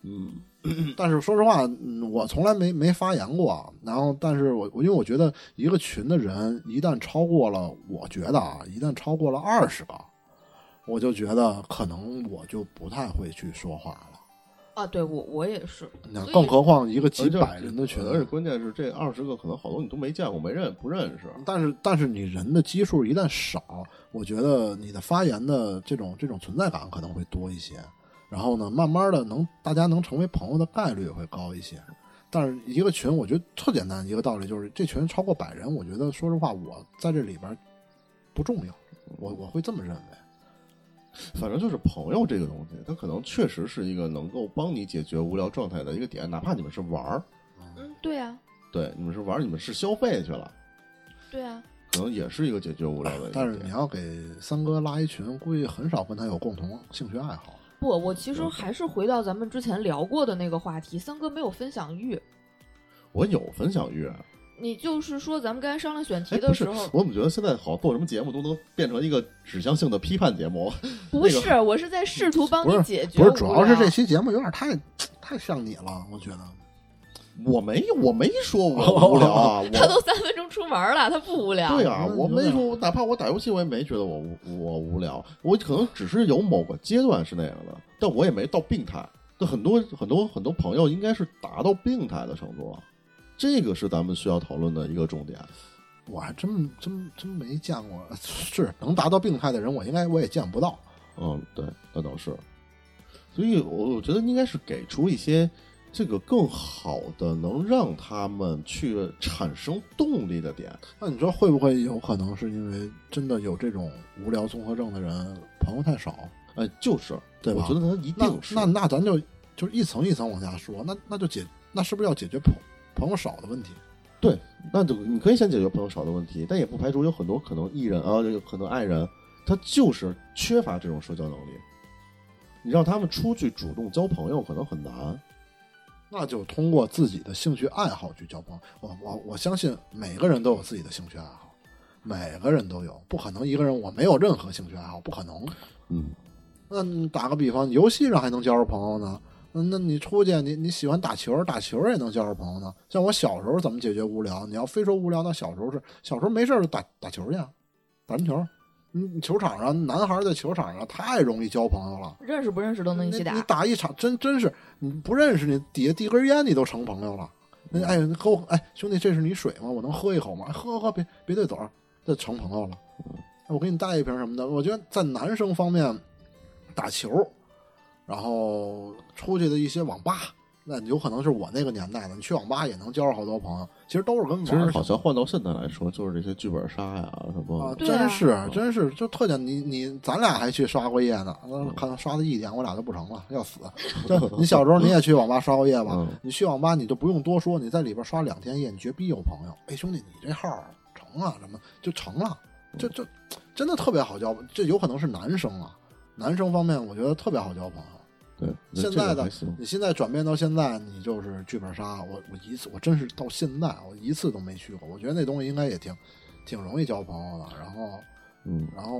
B: 嗯，
A: 但是说实话，嗯，我从来没没发言过。然后，但是我我因为我觉得一个群的人一旦超过了，我觉得啊，一旦超过了二十个，我就觉得可能我就不太会去说话了。
D: 啊！对我我也是，
A: 那
D: 所以
A: 更何况一个
B: 而
A: 几
B: 且
A: 百人的群，
B: 而且关键是这二十个可能好多你都没见过，没认不认识。
A: 但是但是你人的基数一旦少，我觉得你的发言的这种这种存在感可能会多一些。然后呢，慢慢的能大家能成为朋友的概率会高一些。但是一个群，我觉得特简单一个道理，就是这群超过百人，我觉得说实话，我在这里边不重要，我我会这么认为。
B: 反正就是朋友这个东西，它可能确实是一个能够帮你解决无聊状态的一个点，哪怕你们是玩儿，
D: 嗯，对啊，
B: 对，你们是玩儿，你们是消费去了，
D: 对啊，
B: 可能也是一个解决无聊的一个点。
A: 但是你要给三哥拉一群，估计很少跟他有共同兴趣爱好。
D: 不，我其
A: 嗯
D: 实还是回到咱们之前聊过的那个话题，三哥没有分享欲。
B: 我有分享欲，啊
D: 你就是说，咱们刚才商量选题
B: 哎，
D: 的
B: 不是，
D: 时候，
B: 我怎么觉得现在好像做什么节目都能变成一个指向性的批判节目？
D: 不
B: 那
D: 是，
B: 个
D: 我是在试图帮
A: 不
D: 你
A: 是
D: 解决
A: 不
D: 无聊。
A: 是，主要是这期节目有点太太像你了，我觉得。
B: 我没，我没说我无聊
A: *laughs*
B: 啊，
D: 他
B: 我
D: 都三分钟出门了，他不无聊。
B: 对啊，
A: 嗯
B: 我
A: 有
B: 没
A: 点
B: 说，哪怕我打游戏，我也没觉得我无我无聊，我可能只是有某个阶段是那样的，但我也没到病态。那很多很多很多朋友应该是达到病态的程度了，这个是咱们需要讨论的一个重点。
A: 我还真真真没见过， *laughs* 是能达到病态的人，我应该我也见不到。
B: 嗯，对，那倒是。所以，我我觉得应该是给出一些这个更好的，能让他们去产生动力的点。
A: 那你说会不会有可能是因为真的有这种无聊综合症的人，朋友太少，
B: 哎，就是，
A: 对
B: 我
A: 吧
B: 觉得他一
A: 那
B: 定是
A: 那那咱就就是一层一层往下说，那那就解那是不是要解决朋朋友少的问题？
B: 对，那就你可以先解决朋友少的问题，但也不排除有很多可能艺人啊，有可能爱人，他就是缺乏这种社交能力。你让他们出去主动交朋友可能很难，
A: 那就通过自己的兴趣爱好去交朋友。我我我相信每个人都有自己的兴趣爱好，每个人都有，不可能一个人我没有任何兴趣爱好，不可能。
B: 嗯，
A: 那你打个比方，游戏上还能交着朋友呢。那那你出去，你你喜欢打球，打球也能交着朋友呢。像我小时候怎么解决无聊？你要非说无聊，那小时候是小时候没事儿就打打球去啊，打篮球。你你球场上，男孩在球场上太容易交朋友了。
D: 认识不认识都能一起
A: 你
D: 打
A: 你。打一场，真真是你不认识，你底下递根烟，你都成朋友了。那哎，你喝我哎，兄弟，这是你水吗？我能喝一口吗？哎喝喝，别别对嘴儿，这成朋友了。我给你带一瓶什么的。我觉得在男生方面，打球，然后出去的一些网吧，那有可能是我那个年代的，你去网吧也能交着好多朋友。其实都是跟
B: 其
A: 玩
B: 实
A: 儿
B: 好像换到现在来说，就是这些剧本杀呀什么
A: 啊，
B: 的，
D: 对啊
A: 真是真是，就特点你你咱俩还去刷过夜呢，那看刷到一点，我俩就不成了，要死。真的你小时候你也去网吧刷过夜吧
B: 嗯？
A: 你去网吧你就不用多说，你在里边刷两天夜，你绝逼有朋友。哎，兄弟，你这号成啊，什么就成了，就就真的特别好交，这有可能是男生啊，男生方面我觉得特别好交朋友。
B: 对，那
A: 现
B: 这个
A: 在
B: 还
A: 的
B: 行
A: 你现在转变到现在，你就是剧本杀，我我一次我真是到现在我一次都没去过，我觉得那东西应该也挺挺容易交朋友的，然后
B: 嗯
A: 然后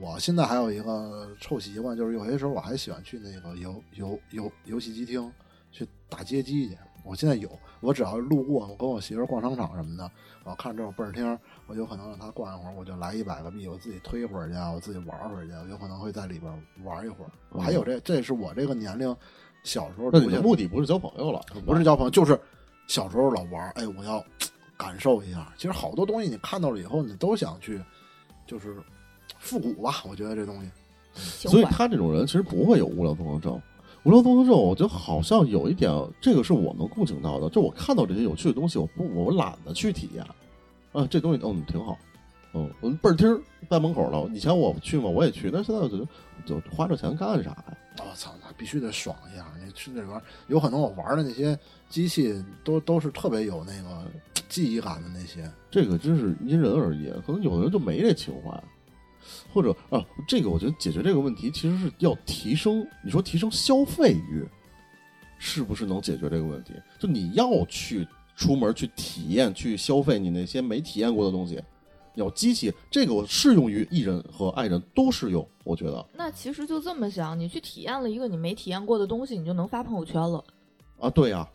A: 我现在还有一个臭习惯，就是有些时候我还喜欢去那个游游游游戏机厅去打街机去。我现在有，我只要路过，我跟我媳妇儿逛商场什么的，我看这种倍儿厅，我有可能让她逛一会儿，我就来一百个币，我自己推一会儿去，啊我自己玩会儿去，我有可能会在里边玩一会儿。我还有这，这是我这个年龄小时
B: 嗯
A: 候
B: 那你
A: 出现
B: 的目的不是交朋友了，
A: 不是交朋友，就是小时候老玩儿，哎，我要感受一下。其实好多东西你看到了以后，你都想去，就是复古吧。我觉得这东西，
D: 情
B: 所以
D: 怀
B: 他这种人其实不会有无聊综合症。无聊综合症，我觉得好像有一点，这个是我们共情到的，就我看到这些有趣的东西，我不我懒得去体验。啊，这东西嗯挺好，嗯，我们倍儿听儿在门口了。以前我去嘛，我也去，但现在我觉得就花这钱干啥呀？
A: 我、哦操，那必须得爽一下。你去那里边儿，有可能我玩的那些机器都都是特别有那个记忆感的那些。
B: 这个真是因人而异，可能有的人就没这情怀，或者啊，这个我觉得解决这个问题其实是要提升，你说提升消费欲，是不是能解决这个问题？就你要去出门去体验、去消费你那些没体验过的东西，有机器，这个我适用于艺人和爱人都适用，我觉得
D: 那其实就这么想，你去体验了一个你没体验过的东西，你就能发朋友圈了，
B: 啊，对呀、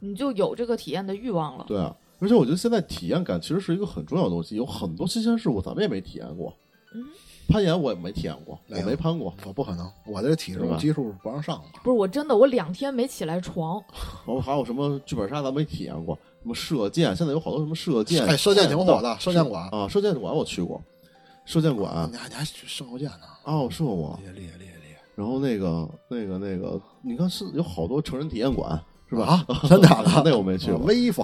D: 你就有这个体验的欲望了。
B: 对啊，而且我觉得现在体验感其实是一个很重要的东西，有很多新鲜事物咱们也没体验过。
D: 嗯
B: 攀岩我也没体验过，我
A: 没有
B: 没攀过。
A: 我不可能，我这体
B: 是
A: 重
B: 吧
A: 基数不让上了。
D: 不是我真的，我两天没起来床，
B: 然后还有什么剧本杀咱没体验过，什么射箭，现在有好多什么射箭，
A: 哎，射箭挺火的，
B: 是
A: 射箭馆。
B: 啊，射箭馆我去过，射箭馆
A: 你还你还去射过箭呢？
B: 啊我射过，
A: 厉害厉害厉害厉害！
B: 然后那个那个那个，你看是有好多成人体验馆是吧？
A: 啊，真的假的？
B: *laughs* 那我没去
A: 啊
B: 过，
A: 威风。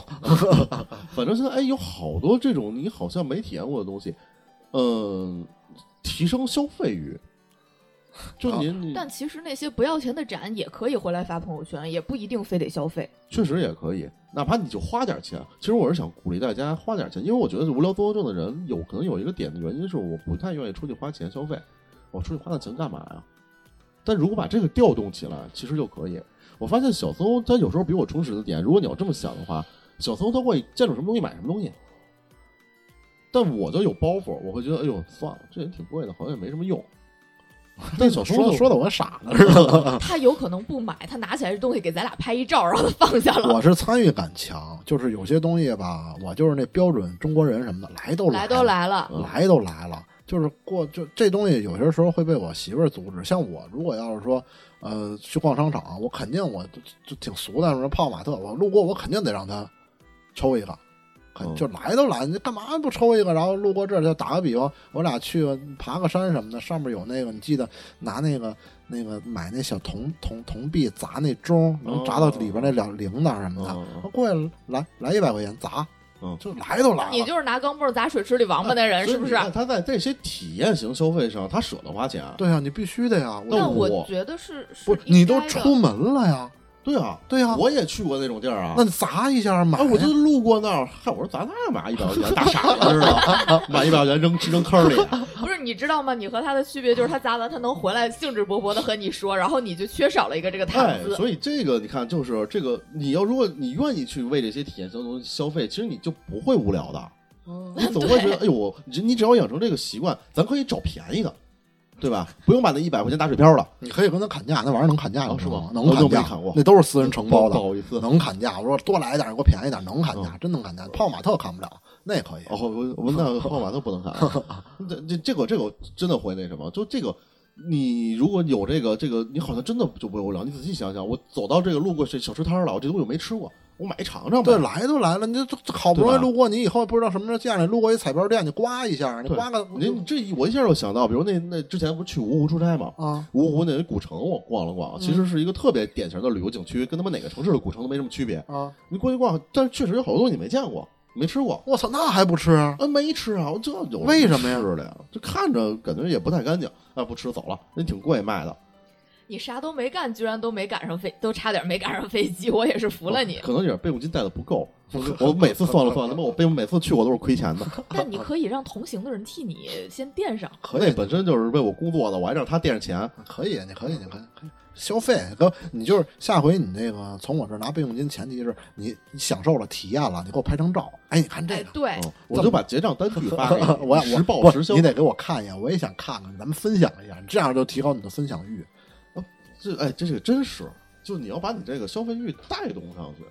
B: 反正现在哎有好多这种你好像没体验过的东西，嗯，提升消费欲，
A: 啊
B: 就你你
D: 但其实那些不要钱的展也可以回来发朋友圈，也不一定非得消费。
B: 确实也可以，哪怕你就花点钱。其实我是想鼓励大家花点钱，因为我觉得无聊综合症的人有可能有一个点的原因是我不太愿意出去花钱消费，我出去花那钱干嘛呀？但如果把这个调动起来，其实就可以。我发现小松他有时候比我充实的点，如果你要这么想的话，小松他会见着什么东西买什么东西。但我就有包袱，我会觉得哎呦算了，这也挺贵的，好像也没什么用。但小松
A: 说
B: 就
A: 说的我傻 *laughs* 了似的。
D: 他有可能不买，他拿起来这东西给咱俩拍一照，然后他放下
A: *laughs*
D: 了。
A: 我是参与感强，就是有些东西吧，我就是那标准中国人什么的，来都
D: 来
A: 来
D: 都
A: 来，
D: 来了，
B: 嗯
A: 来都来了。就是过就这东西，有些时候会被我媳妇儿阻止。像我如果要是说，呃，去逛商场，我肯定我就就挺俗的，什么泡玛特，我路过我肯定得让他抽一个，肯
B: 嗯
A: 就来都来，你干嘛不抽一个？然后路过这儿，就打个比方，我俩去爬个山什么的，上面有那个，你记得拿那个那个买那小铜铜铜币砸那钟，能砸到里边那两铃铛什么的。
B: 嗯嗯
A: 他过来来来一百块钱砸，
B: 嗯
A: 就来都来了，
D: 你就是拿钢镚砸水池里王八那人，
B: 所以
D: 哎是不是啊
B: 你？看他在这些体验型消费上，他舍得花钱。啊
A: 对呀、你必须的呀，
B: 那
D: 但
A: 我
B: 我
D: 我觉得是是
A: 不你
D: 应
A: 都
D: 该的
A: 出门了呀，
B: 对啊，
A: 对呀，
B: 我也去过那种地儿啊。
A: 那你砸一下嘛，
B: 哎，我就路过那儿，嗨，我说咱那买一百块钱，大傻子似
A: *laughs*
B: 的，买一百块钱扔扔坑里。哎
D: 不是你知道吗？你和他的区别就是他砸完他能回来兴致勃勃的和你说，然后你就缺少了一个这个谈
B: 哎
D: 资。，
B: 所以这个你看，就是这个，你要如果你愿意去为这些体验型的东西消费，其实你就不会无聊的。你总会觉得，哎呦，我你你只要养成这个习惯，咱可以找便宜的，对吧？不用把那一百块钱打水漂了。
A: 你可以跟他砍价，那玩意儿能砍价
B: 哦是吗
A: 吗？
B: 我
A: 能
B: 就
A: 砍
B: 没
A: 价，
B: 砍过
A: 那都是私人承包的，
B: 不好意思，
A: 能砍价。我说多来一点，给我便宜点，能砍价，真能砍价。泡玛特砍不了，那也可以。
B: 嗯哦，我我那号码都不能看
A: *laughs*
B: 啊，这这这个这个真的会那什么，就这个。你如果有这个这个，你好像真的就不会无聊。你仔细想想，我走到这个路过这小吃摊儿了，我这东西我没吃过，我买一尝尝吧。
A: 对，来都来了，你这这好不容易
B: 对吧
A: 路过，你以后不知道什么时候见着，路过一彩票店，你刮一下，你
B: 对
A: 刮个
B: 你你这一我一下就想到，比如那那之前不是去芜湖出差吗？
A: 啊，
B: 芜湖那古城我逛了逛，
A: 嗯
B: 其实是一个特别典型的旅游景区，跟他们哪个城市的古城都没什么区别。
A: 啊！
B: 你过去逛，但是确实有好多东西你没见过，没吃过。
A: 我操，那还不吃？
B: 啊，没吃啊，我这有
A: 为什么呀
B: 吃的呀，就看着感觉也不太干净，啊，不吃走了，那挺贵卖的，
D: 你啥都没干，居然都没赶上飞，都差点没赶上飞机，我也是服
B: 不
A: 哦
D: 了你。
B: 可能也是备用金带的不
A: *laughs*
B: 够，我每次算了算，他妈我备用每次去我都是亏钱的，
D: 但你可以让同行的人替你先垫上，
A: 可
B: 那
A: 以，
B: 本身就是为我工作的，我还让他垫着钱，
A: 可以，你可以，你可以，可以。消费，哥，你就是下回你那个从我这儿拿备用金，前提是你你享受了体验了，你给我拍张照。哎，你看这
D: 哎，
A: 个，
D: 对，
B: 嗯我就把结账单据发给你，
A: *laughs* 呃我要
B: 实报
A: 不
B: 实销。
A: 你得给我看一眼，我也想看看，咱们分享一下，这样就提高你的分享欲。
B: 这哎，这个真是，就你要把你这个消费欲带动上去。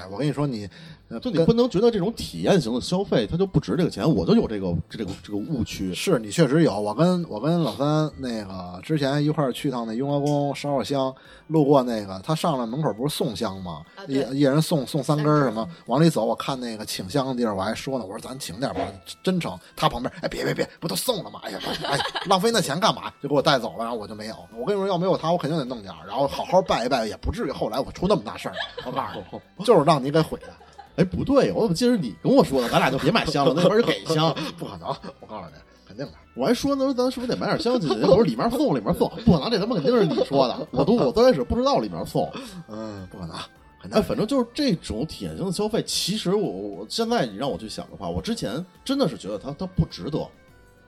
A: 哎，我跟你说，你呃
B: 就你
A: 跟
B: 不能觉得这种体验型的消费它就不值这个钱，我就有这个这个这个误区。
A: 是你确实有，我跟我跟老三那个之前一块儿去趟那雍和宫烧烧香，路过那个他上来门口不是送香吗？
D: 啊
A: 一
D: 对
A: 一人送送三根儿什么
D: 三根，
A: 往里走，我看那个请香的地儿，我还说呢，我说咱请点儿吧，真诚。他旁边，哎别别别，不都送了吗？哎呀哎，浪费那钱干嘛？就给我带走了，然后我就没有。我跟你说，要没有他，我肯定得弄点儿，然后好好拜一拜，也不至于后来我出那么大事儿。我告诉你，就是让你给毁了。
B: 哎，不对，我怎么记得是你跟我说的？咱俩就别买香了，那边就给香。
A: 不可能，我告诉你，肯定的。
B: 我还说呢，咱是不是得买点香去？人家不是里面送，里面送，不可能，这他妈肯定是你说的。我都我最开始不知道里面送。
A: 嗯，不可能，肯定
B: 哎，。反正就是这种体验型的消费，其实我我现在你让我去想的话，我之前真的是觉得它它不值得，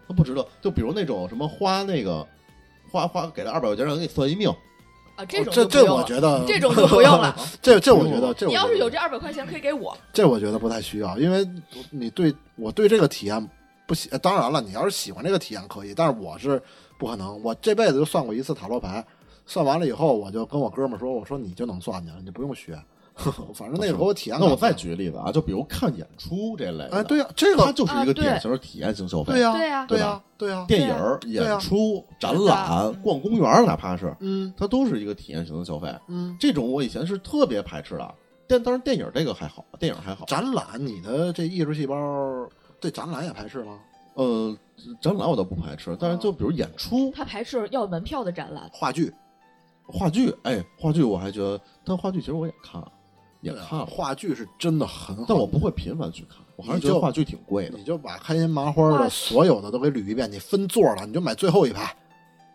B: 它不值得。就比如那种什么花那个花花给了二百块钱让人给算一命，
D: 啊，这种
A: 哦这
D: 就不用
A: 这我
D: 了
A: 觉得
D: 这种就不用了。
A: *laughs*
D: 嗯
A: 这这我觉得，这我
D: 你要
A: 觉
D: 是
A: 得
D: 有这二百块钱，可以给我。
A: 这我觉得不太需要，因为你对我对这个体验不喜。呃当然了，你要是喜欢这个体验可以，但是我是不可能。我这辈子就算过一次塔罗牌，算完了以后，我就跟我哥们儿说：“我说你就能算去了，你不用学。” *laughs* 反正那个给我体验
B: 那
A: 感不一样。
B: 我再举个例子啊，就比如看演出这类的，
A: 哎，对呀、这
B: 它
A: 个
B: 就是一
D: 啊
B: 个
D: 对
B: 典型的体验型消费。
A: 对呀、
D: 对啊呀
A: 对呀、
B: 对吧
A: 对呀、
B: 电影
D: 对
B: 儿、
A: 对
B: 演
A: 啊
B: 出、展
D: 是的
B: 览、逛公园儿，哪怕是
A: 嗯
B: 它都是一个体验型的消费。
A: 嗯。
B: 这种我以前是特别排斥的，但当然电影这个还好，电影还好。
A: 展览，你的这艺术细胞对展览也排斥吗？
B: 呃，展览我倒不排斥，但是就比如演出、
D: 他排斥要门票的展览，
A: 话剧，
B: 话剧，哎，话剧我还觉得，但话剧其实我也看，也
A: 对啊
B: 看了，
A: 话剧是真的很好，
B: 但我不会频繁去看，我还是觉
A: 你
B: 得
A: 就
B: 话剧挺贵的
A: 你。就把开心麻花的所有的都给捋一遍，你分座了，你就买最后一排，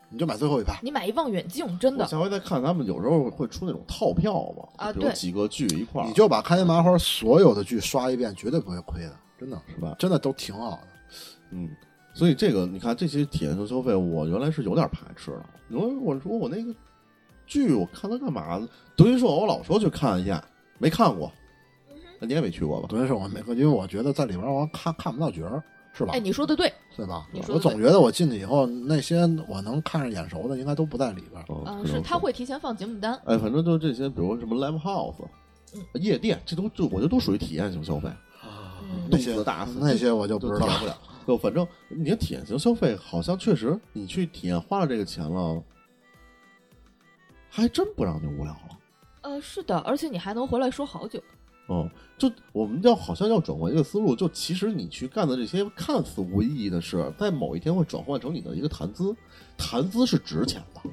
A: 你就买最后一排。
D: 你买一望远镜，真
B: 我
D: 的。
B: 下回再看，他们有时候会出那种套票嘛，
D: 啊
B: 比如
D: 对
B: 几个剧一块儿，
A: 你就把开心麻花所有的剧刷一遍，绝对不会亏的，真的，
B: 是吧？
A: 真的都挺好的。
B: 嗯，所以这个你看，这些体验型消费，我原来是有点排斥的。因为我说我那个剧，我看它干嘛呢？德云社，我老说去看一下，没看过，
D: 嗯
B: 你也没去过吧？
A: 昨天是我没，因为我觉得在里边我看看不到角儿，是吧
D: 哎，？你说的对，
A: 对吧
D: 你？说
A: 我
D: 的
A: 总觉得我进去以后，那些我能看着眼熟的，应该都不在里边。
B: 嗯
D: 嗯，是他。会提前放节目单。
B: 哎，反正就是这些，比如什么 live house、
D: 嗯
B: 夜店，这都就我觉得都属于体验型消费，
D: 嗯
A: 那
B: 动
A: 些
B: 次打次
A: 那些我就
B: 就
A: 不知
B: 体
A: 道
B: 验。不了。就反正你的体验型消费，好像确实你去体验花了这个钱了，还真不让你无聊了。
D: 呃，是的，而且你还能回来说好久。
B: 嗯，就我们要好像要转换一个思路，就其实你去干的这些看似无意义的事，在某一天会转换成你的一个谈资，谈资是值钱的。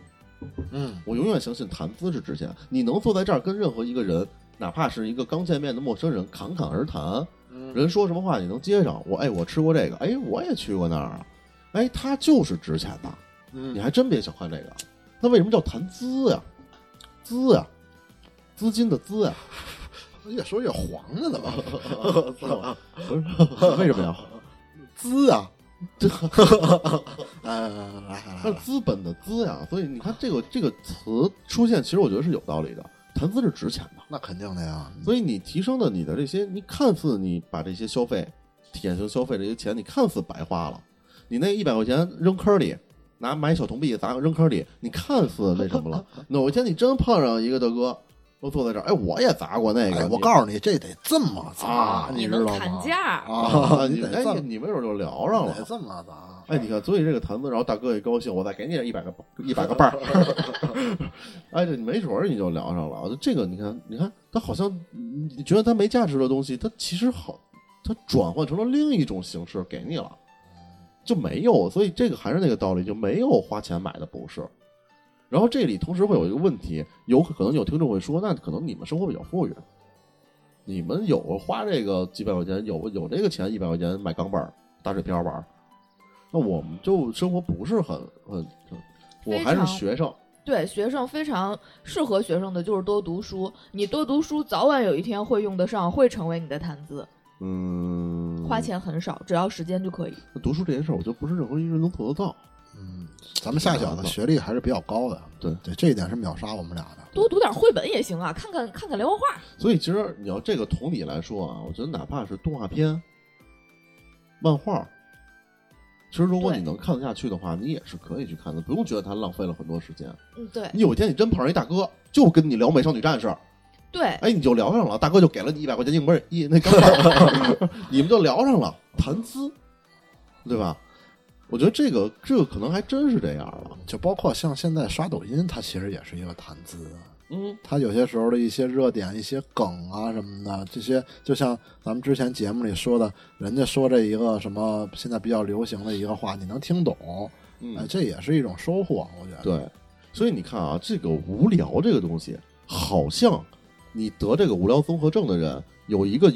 A: 嗯，
B: 我永远相信谈资是值钱。你能坐在这儿跟任何一个人，哪怕是一个刚见面的陌生人，侃侃而谈，人说什么话你能接上。我哎，我吃过这个，哎，我也去过那儿啊，哎，它就是值钱的。你
A: 嗯，
B: 还真别小看这个，那为什么叫谈资呀？资呀，资金的资呀。
A: 越说越黄
B: *laughs*
A: 了，怎么？
B: 不
A: *laughs*
B: 是为什么 *laughs* 呀？
A: 滋啊！来来来呃来来
B: 它 *laughs* 是，
A: 来
B: 资本的资呀，所以你看这个这个词出现，其实我觉得是有道理的。谈资是值钱的，
A: 那肯定的呀。
B: 所以你提升了你的这些，你看似你把这些消费、体验型消费这些钱，你看似白花了，你那一百块钱扔坑里，拿买小铜币砸扔坑里，你看似那什么了。某一天你真碰上一个大哥，都坐在这儿，哎，我也砸过那个，
A: 哎，我
B: 你
A: 告诉你，这得这么
B: 啊
A: 砸，
D: 你
A: 知
D: 能
A: 道吗？
D: 砍价儿
A: 啊，
B: 你
A: 你
B: 哎
A: 得这么
B: 你你没准就聊上了
A: 得。这么啊砸。
B: 哎，你看，所以这个谈资，然后大哥也高兴，我再给你一百个一百个伴儿。 *laughs* 哎，这没准儿你就聊上了。这个你看，你看，他好像嗯你觉得他没价值的东西，他其实好，他转换成了另一种形式给你了，就没有。所以这个还是那个道理，就没有花钱买的不是。然后这里同时会有一个问题，有可能有听众会说，那可能你们生活比较富裕，你们有花这个几百块钱，有有这个钱一百块钱买钢镚儿、打水漂玩儿，那我们就生活不是很很，很我
D: 非
B: 还是
D: 常
B: 学生，
D: 对学生非常适合学生的就是多读书，你多读书，早晚有一天会用得上，会成为你的谈资。
B: 嗯，
A: 嗯
D: 花钱很少，只要时间就可以。
B: 读书这件事儿，我觉得不是任何一个人能做得到。
A: 嗯，咱们夏小子学历还是比较高的，
B: 对
A: 对，这一点是秒杀我们俩的。
D: 多读点绘本也行啊，看看看看连环画。
B: 所以其实你要这个同理来说啊，我觉得哪怕是动画片、漫画，其实如果
D: 对
B: 你能看得下去的话，你也是可以去看的，不用觉得它浪费了很多时间。
D: 嗯，对
B: 你有一天你真碰上一大哥，就跟你聊《美少女战士》，
D: 对，
B: 哎，你就聊上了，大哥就给了你一百块钱硬币儿一那钢镚儿， *laughs* 你们就聊上了，谈资，对吧？我觉得这个这个可能还真是这样啊了，
A: 嗯就包括像现在刷抖音，它其实也是一个谈资，啊
B: 嗯，
A: 它有些时候的一些热点、一些梗啊什么的，这些就像咱们之前节目里说的，人家说这一个什么现在比较流行的一个话，你能听懂，
B: 嗯
A: 哎，这也是一种收获，我觉得。
B: 对，所以你看啊，这个无聊这个东西，好像你得这个无聊综合症的人有一个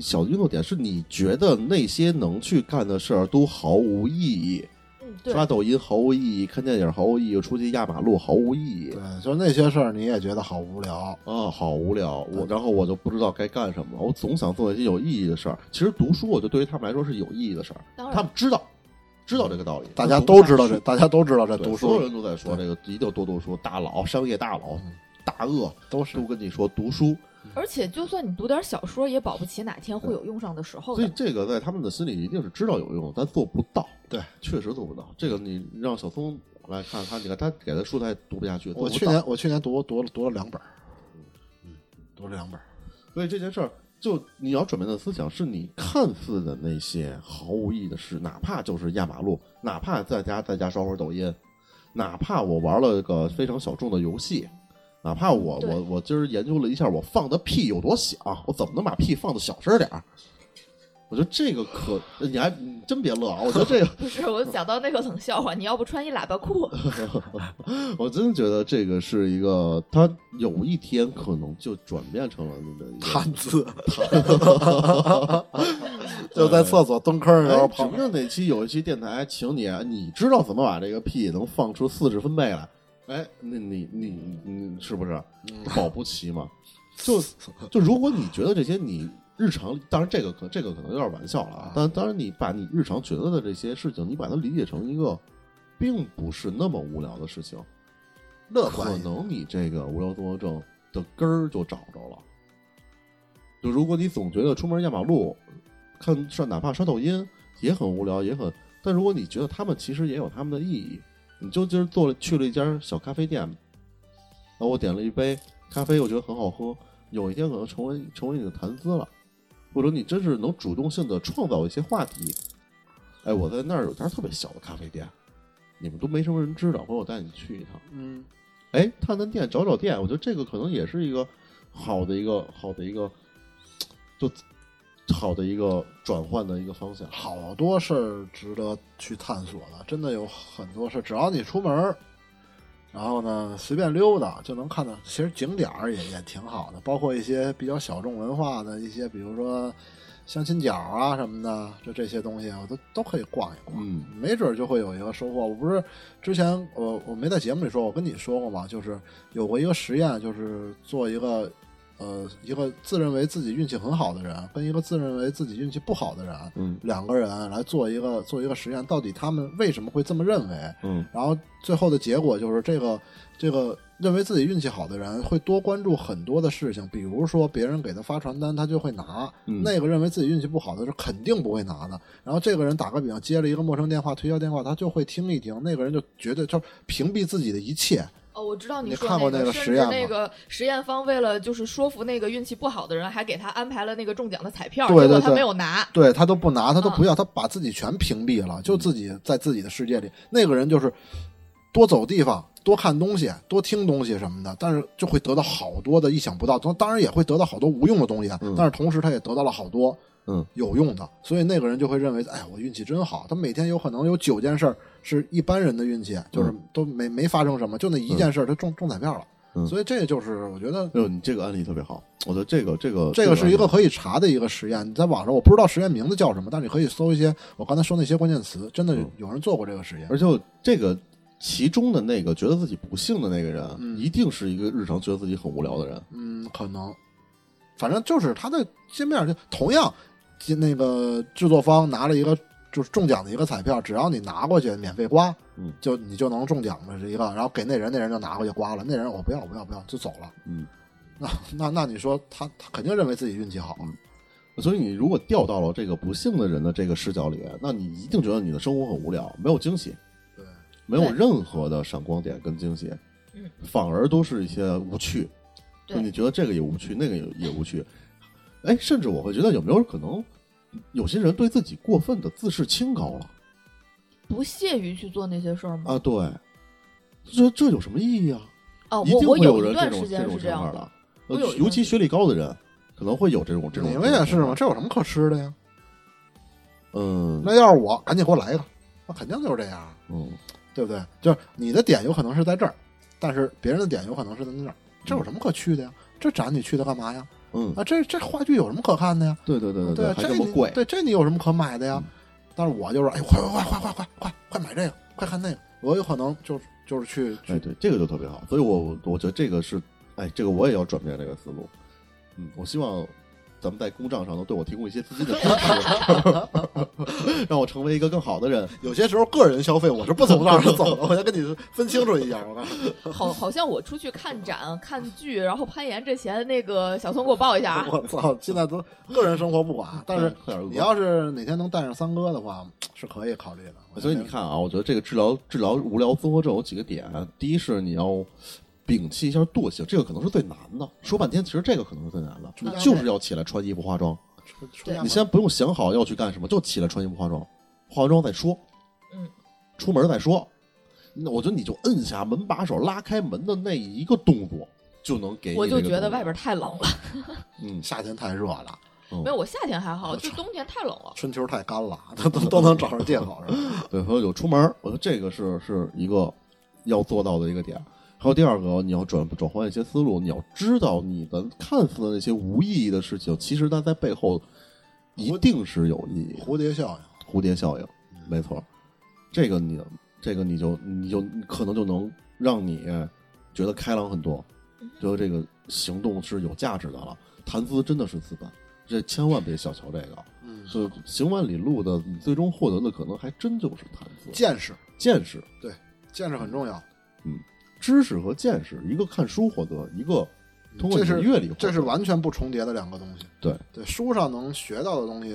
B: 小的运动点，是你觉得那些能去干的事儿都毫无意义，
D: 嗯对
B: 刷抖音毫无意义，看电影毫无意义，出去压马路毫无意义。
A: 对，就那些事儿你也觉得好无聊，
B: 啊，好无聊！
A: 嗯
B: 我然后我就不知道该干什么了，我总想做一些有意义的事儿。其实读书，我觉得对于他们来说是有意义的事儿，
D: 当然
B: 他们知道，知道这个道理，
A: 嗯大家都知道
B: 这。
A: 这，大家都知道这
B: 对
A: 读
B: 所有
A: 书
B: 人都在说
A: 对
B: 这个一定要多读书。大佬，商业大佬
A: 嗯，
B: 大鳄
A: 都是
B: 都跟你说读书，
D: 而且就算你读点小说，也保不齐哪天
A: 嗯
D: 会有用上的时候
B: 所以
D: 的。 *laughs*
B: 这个在他们的心里一定是知道有用，但做不到。
A: 对，
B: 确实做不到。这个你让小松来看他，你看他给的书他也读不下去。做
A: 我
B: 不
A: 去
B: 到
A: 年我去年读读了读了两本儿，嗯，读了两本儿。
B: 所以这件事儿，就你要转变的思想是你看似的那些毫无意义的事，哪怕就是压马路，哪怕在家在家刷会儿抖音，哪怕我玩了个非常小众的游戏，哪怕我
D: 对
B: 我我今儿研究了一下我放的屁有多响，我怎么能把屁放的小声点儿？我觉得这个可，你还你真别乐啊！我觉得这个 *laughs*
D: 不是，我想到那个冷笑话，你要不穿一喇叭裤？
A: *laughs*
B: 我真的觉得这个是一个，他有一天可能就转变成了你的一个
A: 谈 *laughs* 资，就在厕所蹲坑儿的时
B: 哎
A: 候，
B: 指
A: 旁
B: 不
A: 边
B: 定哪期有一期电台请你，啊你知道怎么把这个屁能放出四十分贝来？哎，那你你你你是不是保不齐嘛？就就如果你觉得这些你日常，当然这个可这个可能有点玩笑了啊，但当然你把你日常觉得的这些事情，你把它理解成一个并不是那么无聊的事情，
A: 乐
B: 可能你这个无聊综合症的根儿就找着了。就如果你总觉得出门压马路，看刷哪怕刷抖音也很无聊，也很，但如果你觉得他们其实也有他们的意义，你就今儿做了去了一家小咖啡店，然后我点了一杯咖啡，我觉得很好喝，有一天可能成为成为你的谈资了，或者你真是能主动性的创造一些话题。哎，我在那儿有家特别小的咖啡店，你们都没什么人知道，或者我带你去一趟。
A: 嗯，
B: 哎，探探店找找店，我觉得这个可能也是一个好的一个好的一个，就好的一个转换的一个方向。
A: 好多事儿值得去探索的，真的有很多事儿。只要你出门儿，然后呢随便溜达就能看到。其实景点儿也也挺好的，包括一些比较小众文化的一些，比如说相亲角啊什么的，就这些东西我都都可以逛一逛。
B: 嗯
A: 没准儿就会有一个收获。我不是之前呃我我没在节目里说，我跟你说过嘛，就是有过一个实验，就是做一个呃一个自认为自己运气很好的人，跟一个自认为自己运气不好的人，
B: 嗯
A: 两个人来做一个做一个实验，到底他们为什么会这么认为？
B: 嗯
A: 然后最后的结果就是这个这个认为自己运气好的人会多关注很多的事情，比如说别人给他发传单，他就会拿；
B: 嗯
A: 那个认为自己运气不好的是肯定不会拿的。然后这个人打个比方，接了一个陌生电话、推销电话，他就会听一听，那个人就绝对就屏蔽自己的一切。
D: 哦，我知道
A: 你
D: 说
A: 看
D: 那
A: 过
D: 个，
A: 那个
D: 甚
A: 实
D: 至
A: 验吗
D: 那个实验方为了就是说服那个运气不好的人，还给他安排了那个中奖的彩票，
A: 对对
D: 结果他
A: 对
D: 没有拿。
A: 对他都不拿，他都不要，他把自己全屏蔽了，
B: 嗯
A: 就自己在自己的世界里。那个人就是多走地方，多看东西，多听东西什么的，但是就会得到好多的意想不到，当当然也会得到好多无用的东西啊，
B: 嗯
A: 但是同时他也得到了好多
B: 嗯
A: 有用的，所以那个人就会认为，哎，我运气真好。他每天有可能有九件事儿是一般人的运气，就是都没没发生什么，就那一件事儿他中中彩票了。
B: 嗯
A: 所以这就是我觉得
B: 哎呦，你这个案例特别好，我觉得这个这个
A: 这个是一个
B: 案例
A: 可以查的一个实验，你在网上我不知道实验名字叫什么，但你可以搜一些我刚才说那些关键词，真的有
B: 嗯
A: 有人做过这个实验。
B: 而且这个其中的那个觉得自己不幸的那个人，一定是一个日常觉得自己很无聊的人。
A: 嗯，可能，反正就是他的界面就同样，那个制作方拿了一个就是中奖的一个彩票，只要你拿过去免费刮，
B: 嗯
A: 就你就能中奖的是一个，然后给那人，那人就拿回去刮了，那人哦我不要不要不要就走了。
B: 嗯，
A: *laughs* 那那那你说他他肯定认为自己运气好
B: 嗯
A: 啊，
B: 所以你如果掉到了这个不幸的人的这个视角里，那你一定觉得你的生活很无聊，没有惊喜，
A: 对，
B: 没有
D: 对
B: 任何的闪光点跟惊喜，
D: 嗯，
B: 反而都是一些无趣，
D: 对
B: 就你觉得这个也无趣，那个也也无趣，哎，甚至我会觉得有没有可能，有些人对自己过分的自视清高了
D: 不屑于去做那些事儿吗？
B: 啊？对，这这有什么意义啊？
D: 哦，
B: 一
D: 我
B: 定
D: 我
B: 会有
D: 一
B: 人这
D: 段
B: 种
D: 时间
B: 种
D: 是这
B: 想法
D: 样的
B: 的，，
D: 我有一
B: 尤
D: 段
B: 其
D: 时
B: 学历高的人可能会有这种这种。
A: 你们也是吗？
B: 这
A: 这有什么可吃的呀？
B: 种嗯，
A: 那要是我，赶紧给我来一个，那肯定就是这样，啊
B: 嗯，
A: 对不对？就是你的点有可能是在这儿，但是别人的点有可能是在那儿，这有什么可去的呀？这展你去的干嘛呀？
B: 嗯，
A: 啊，这这话剧有什么可看的呀？
B: 对对对对
A: 啊
B: 还
A: 这
B: 这么
A: 你
B: 贵，嗯
A: 对这你有什么可买的呀？但是我就是，哎，快快快快快快快快买这个，快看那个，我有可能就是就是去
B: 哎，
A: 去，
B: 对，这个就特别好。所以我我觉得这个是，哎，这个我也要转变这个思路。嗯，我希望咱们在公账上能对我提供一些资金的支持， *laughs* 让我成为一个更好的人。
A: 有些时候个人消费我是不从这儿走的，我先跟你分清楚一下，我告诉你，
D: 好，好像我出去看展、看剧，然后攀岩这钱，那个小松给我报一下啊。
A: 我操，现在都个人生活不管，但是
B: 快点
A: 你要是哪天能带上三哥的话，是可以考虑的。我觉
B: 所
A: 得
B: 以你，看啊，我觉得这个治疗治疗无聊综合症有几个点啊，第一是你要摒弃一下惰性，这个可能是最难的。说半天，其实这个可能是最难的，
A: 嗯
B: 就是要起来穿衣服化妆。
A: 出出
D: 对
A: 家
B: 你
A: 门
B: 先不用想好要去干什么，就起来穿衣服化妆，化完妆再说，
D: 嗯，
B: 出门再说。那我觉得你就摁下门把手，拉开门的那一个动作，就能给你
D: 我就
B: 这个
D: 觉
B: 动
D: 得
B: 力
D: 外边，太冷了，
B: 嗯，
A: 夏天太热了，
B: 嗯
D: 没有，我夏天还好，就冬天太冷了。
A: 春秋太
B: *laughs*
A: 干了，都都都能找着借口是吧？
B: 对，还有有出门儿，我觉得这个是是一个要做到的一个点。还有第二个，你要转转换一些思路，你要知道你的看似的那些无意义的事情，其实它在背后一定是有意义的。
A: 蝴蝶效应，
B: 蝴蝶效应，
A: 嗯
B: 没错，这个你这个你就你就你可能就能让你觉得开朗很多，
D: 嗯
B: 觉得这个行动是有价值的了。谈资真的是资本，这千万别小瞧这个。
A: 嗯，
B: 就行万里路的，你最终获得的可能还真就是谈资、
A: 见识，
B: 见识、
A: 见识很重要。
B: 知识和见识。一个看书获得，一个通过
A: 嗯这
B: 你的
A: 是
B: 阅历获得。
A: 这是完全不重叠的两个东西。
B: 对
A: 对，书上能学到的东西，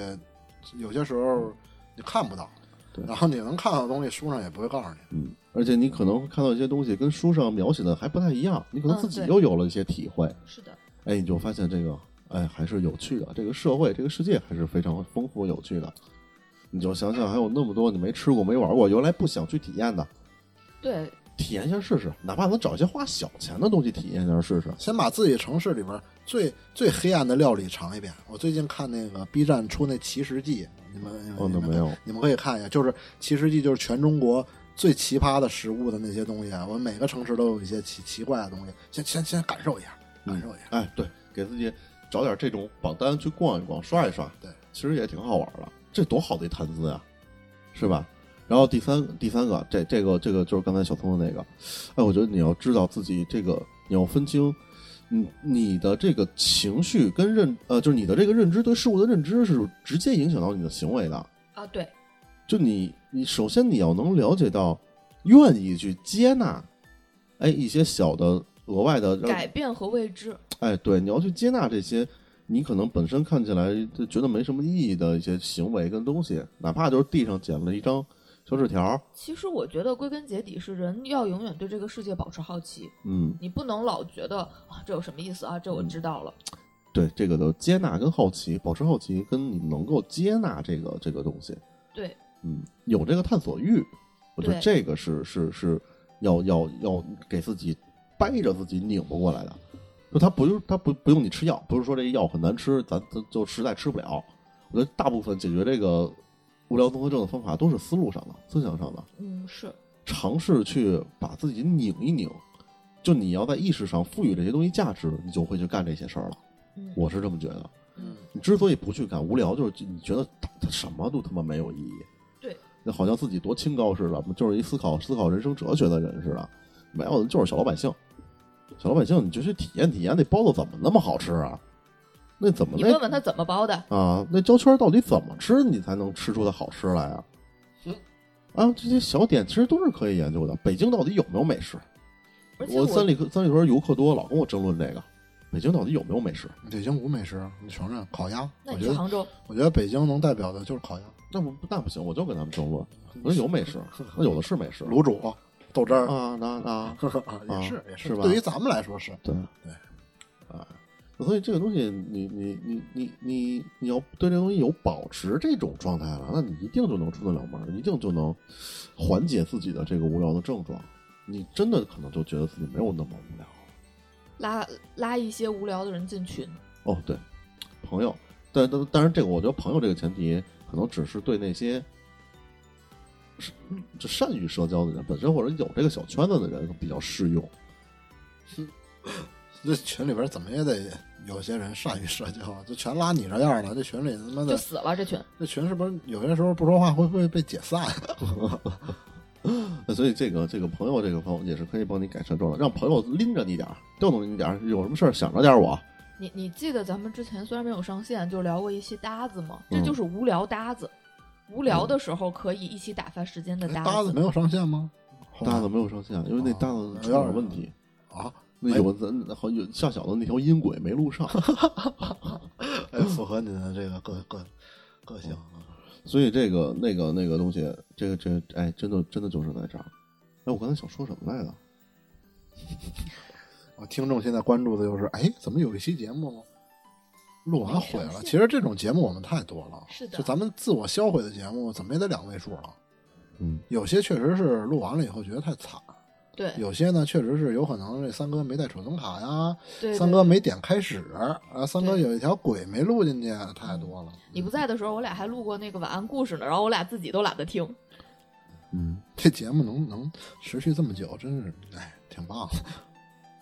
A: 有些时候你看不到，
B: 对
A: 然后你能看到的东西，书上也不会告诉你。
B: 嗯，而且你可能会看到一些东西跟书上描写的还不太一样，你可能
D: 嗯
B: 自己
D: 对
B: 又有了一些体会。
D: 是的，
B: 哎，你就发现这个，哎，还是有趣的。这个社会，这个世界还是非常丰富有趣的。你就想想，还有那么多你没吃过、没玩过，原来不想去体验的，
D: 对，
B: 体验一下试试。哪怕能找一些花小钱的东西体验一下试试。
A: 先把自己城市里边最最黑暗的料理尝一遍。我最近看那个 B 站出那《奇食记》，你们你们
B: 哦那
A: 你们
B: 没有
A: 你们可以看一下，就是《奇食记》就是全中国最奇葩的食物的那些东西啊。我每个城市都有一些奇奇怪的东西，先先先感受一下，感受一下。
B: 哎，对，给自己找点这种榜单去逛一逛、刷一刷，
A: 对，
B: 其实也挺好玩的。这多好的一谈资呀，是吧？然后第三第三个，这这个这个就是刚才小聪的那个，哎，我觉得你要知道自己这个，你要分清，你你的这个情绪跟认呃，就是你的这个认知对事物的认知是直接影响到你的行为的。
D: 啊，对，
B: 就你你首先你要能了解到，愿意去接纳，哎，一些小的额外的让
D: 改变和未知，
B: 哎，对，你要去接纳这些你可能本身看起来就觉得没什么意义的一些行为跟东西，哪怕就是地上捡了一张小纸条儿，
D: 其实我觉得归根结底是人要永远对这个世界保持好奇，
B: 嗯，
D: 你不能老觉得啊这有什么意思啊，这我知道了。
B: 对，这个的接纳跟好奇，保持好奇跟你能够接纳这个这个东西，
D: 对，
B: 嗯，有这个探索欲，我觉得
D: 对
B: 这个是是是要要要给自己掰着自己拧不过来的。就他不用他不不用你吃药，不是说这药很难吃，咱咱就实在吃不了。我觉得大部分解决这个无聊综合症的方法都是思路上的、思想上的，
D: 嗯，是
B: 尝试去把自己拧一拧。就你要在意识上赋予这些东西价值，你就会去干这些事儿了。
D: 嗯
B: 我是这么觉得。
A: 嗯，
B: 你之所以不去干，无聊就是你觉得他什么都他妈没有意义。
D: 对，
B: 那好像自己多清高似的，就是一思考思考人生哲学的人似的。没有的就是小老百姓，小老百姓你就去体验体验那包子怎么那么好吃啊？那怎么
D: 你
B: 那
D: 问问他怎么包的，
B: 啊？那焦圈儿到底怎么吃，你才能吃出它好吃来啊？
D: 嗯
B: 啊，这些小点其实都是可以研究的。北京到底有没有美食？
D: 而且
B: 我三里屯三里屯游客多，老跟我争论这个，北京到底有没有美食？
A: 北京无美食，你承认？烤鸭，
D: 那
A: 我
D: 你
A: 觉
D: 去
A: 得
D: 杭州，
A: 我觉得北京能代表的就是烤鸭、
B: 那不那不行，我就跟他们争论。我说有美
A: *laughs*
B: 食，那有的是美食。
D: *laughs*
A: 卤煮、豆汁儿，
B: 啊，那那
A: 啊
B: 啊
A: 也是也
B: 是吧
A: 对于咱们来说是，
B: 对
A: 对
B: 哎啊，所以这个东西，你你你你你你要对这东西有保持这种状态了，那你一定就能出得了门儿，一定就能缓解自己的这个无聊的症状。你真的可能就觉得自己没有那么无聊。
D: 拉拉一些无聊的人进群，
B: 哦，对，朋友，但但当然，这个我觉得朋友这个前提，可能只是对那些是嗯就善于社交的人，本身或者有这个小圈子的人比较适用。
A: 这群里边怎么也得有些人善于社交，就全拉你这样的，这群里他妈
D: 就
A: 的
D: 死了这群。
A: 这群是不是有些时候不说话会不会被解散？
B: 那所以这个这个朋友这个方也是可以帮你改善状态，让朋友拎着你点儿，调动你点儿，有什么事儿想着点儿我。
D: 你你记得咱们之前虽然没有上线，就聊过一期搭子吗？
B: 嗯
D: 这就是无聊搭子，无聊的时候可以一起打发时间的搭
A: 嗯哎 *laughs* 搭子没有上线吗？
B: 搭子没有上线，因为那搭子出点问题，
A: 啊，
B: 那哦有咱好像有夏小的那条音轨没录 *laughs* 上，
A: 哎，符合你的这个个个个性。
B: 所以这个那个那个东西，这个这个哎，真的真的就是在这儿。哎，我刚才想说什么来着？
A: 我啊听众现在关注的就是，哎，怎么有一期节目录完毁
D: 没上
A: 了？
D: 线
A: 其实这种节目我们太多了，
D: 是的
A: 就咱们自我销毁的节目，怎么也得两位数了。
B: 嗯，
A: 有些确实是录完了以后觉得太惨，
D: 对
A: 有些呢确实是有可能这三哥没带储存卡呀，
D: 对，
A: 三
D: 对
A: 哥
D: 对
A: 没点开始啊，三哥
D: 对嗯
A: 有一条鬼没录进去，啊太多了。
D: 你不在的时候，我俩还录过那个晚安故事呢，然后我俩自己都懒得听。
B: 嗯，
A: *laughs* 这节目能能持续这么久，真是哎，挺棒的。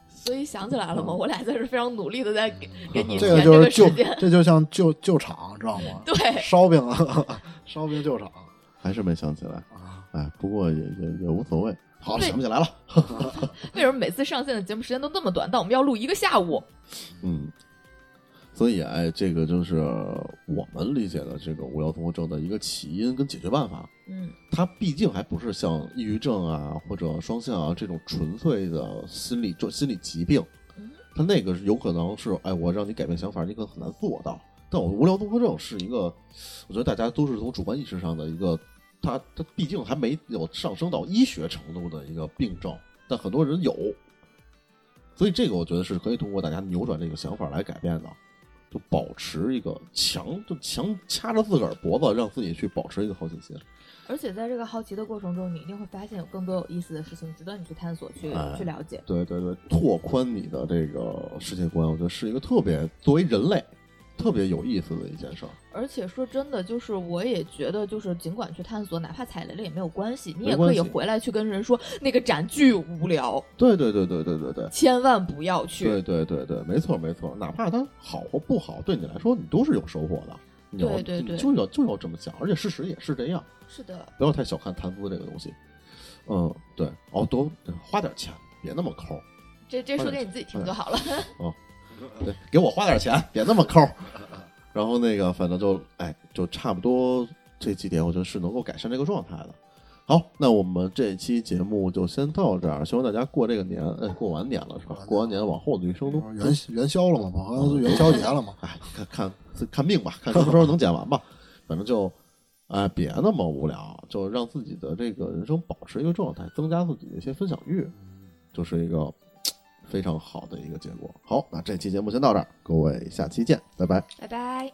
D: 所以想起来了吗？我俩在这非常努力的在给给你
A: 嗯这个
D: 填
A: 就
D: 个
A: 是
D: 时
A: 救
D: 间，，
A: 这就像救救场，知道
D: *laughs*
A: 吗？
D: 对
A: 烧饼啊， *laughs* 烧饼救场
B: 还是没想起来。
A: 啊，
B: 哎，不过也也也无所谓。好，
D: 对
B: 想不起来了。
D: 为什么每次上线的节目时间都那么短？但我们要录一个下午，
B: 嗯，所以哎，这个就是我们理解的这个无聊综合症的一个起因跟解决办法。
D: 嗯，
B: 它毕竟还不是像抑郁症啊或者双向啊这种纯粹的心理就心理疾病
D: 嗯，
B: 它那个是有可能是哎，我让你改变想法，你可能很难做到。但我无聊综合症是一个，我觉得大家都是从主观意识上的一个，它它毕竟还没有上升到医学程度的一个病症，但很多人有，所以这个我觉得是可以通过大家扭转这个想法来改变的，就保持一个强，就强掐着自个儿脖子，让自己去保持一个好奇心。
D: 而且在这个好奇的过程中，你一定会发现有更多有意思的事情值得你去探索、去、
B: 哎
D: 去了解。
B: 对对对，拓宽你的这个世界观，我觉得是一个特别作为人类特别有意思的一件事儿。
D: 而且说真的，就是我也觉得，就是尽管去探索，哪怕踩雷了也没有关系，你
B: 没
D: 也
B: 关
D: 可以
B: 系
D: 回来去跟人说那个展巨无聊，
B: 对对对对对对对。
D: 千万不要去。
B: 对对对对，没错没错，哪怕它好或不好，对你来说你都是有收获的。你要
D: 对对对
B: 你就要就要这么想，而且事实也是这样，
D: 是的，
B: 不要太小看谈资这个东西。嗯，对，哦，多花点钱，别那么抠。
D: 这这
B: 或
D: 说
B: 者
D: 给你自己听就好了。 *laughs*
B: 对，给我花点钱， *laughs* 别那么抠。然后那个，反正就哎，就差不多这几点，我觉得是能够改善这个状态的。好，那我们这期节目就先到这儿，希望大家过这个年，哎，过完年了是吧？过完年往后的余生都
A: 元元宵了嘛，好像是元宵节了嘛。
B: 哎，看看看命 *laughs* 吧，看什么时候能减完吧。反正就，哎，别那么无聊，就让自己的这个人生保持一个状态，增加自己的一些分享欲，就是一个嘖非常好的一个结果。好，那这期节目先到这儿，各位下期见，拜拜。
D: 拜拜。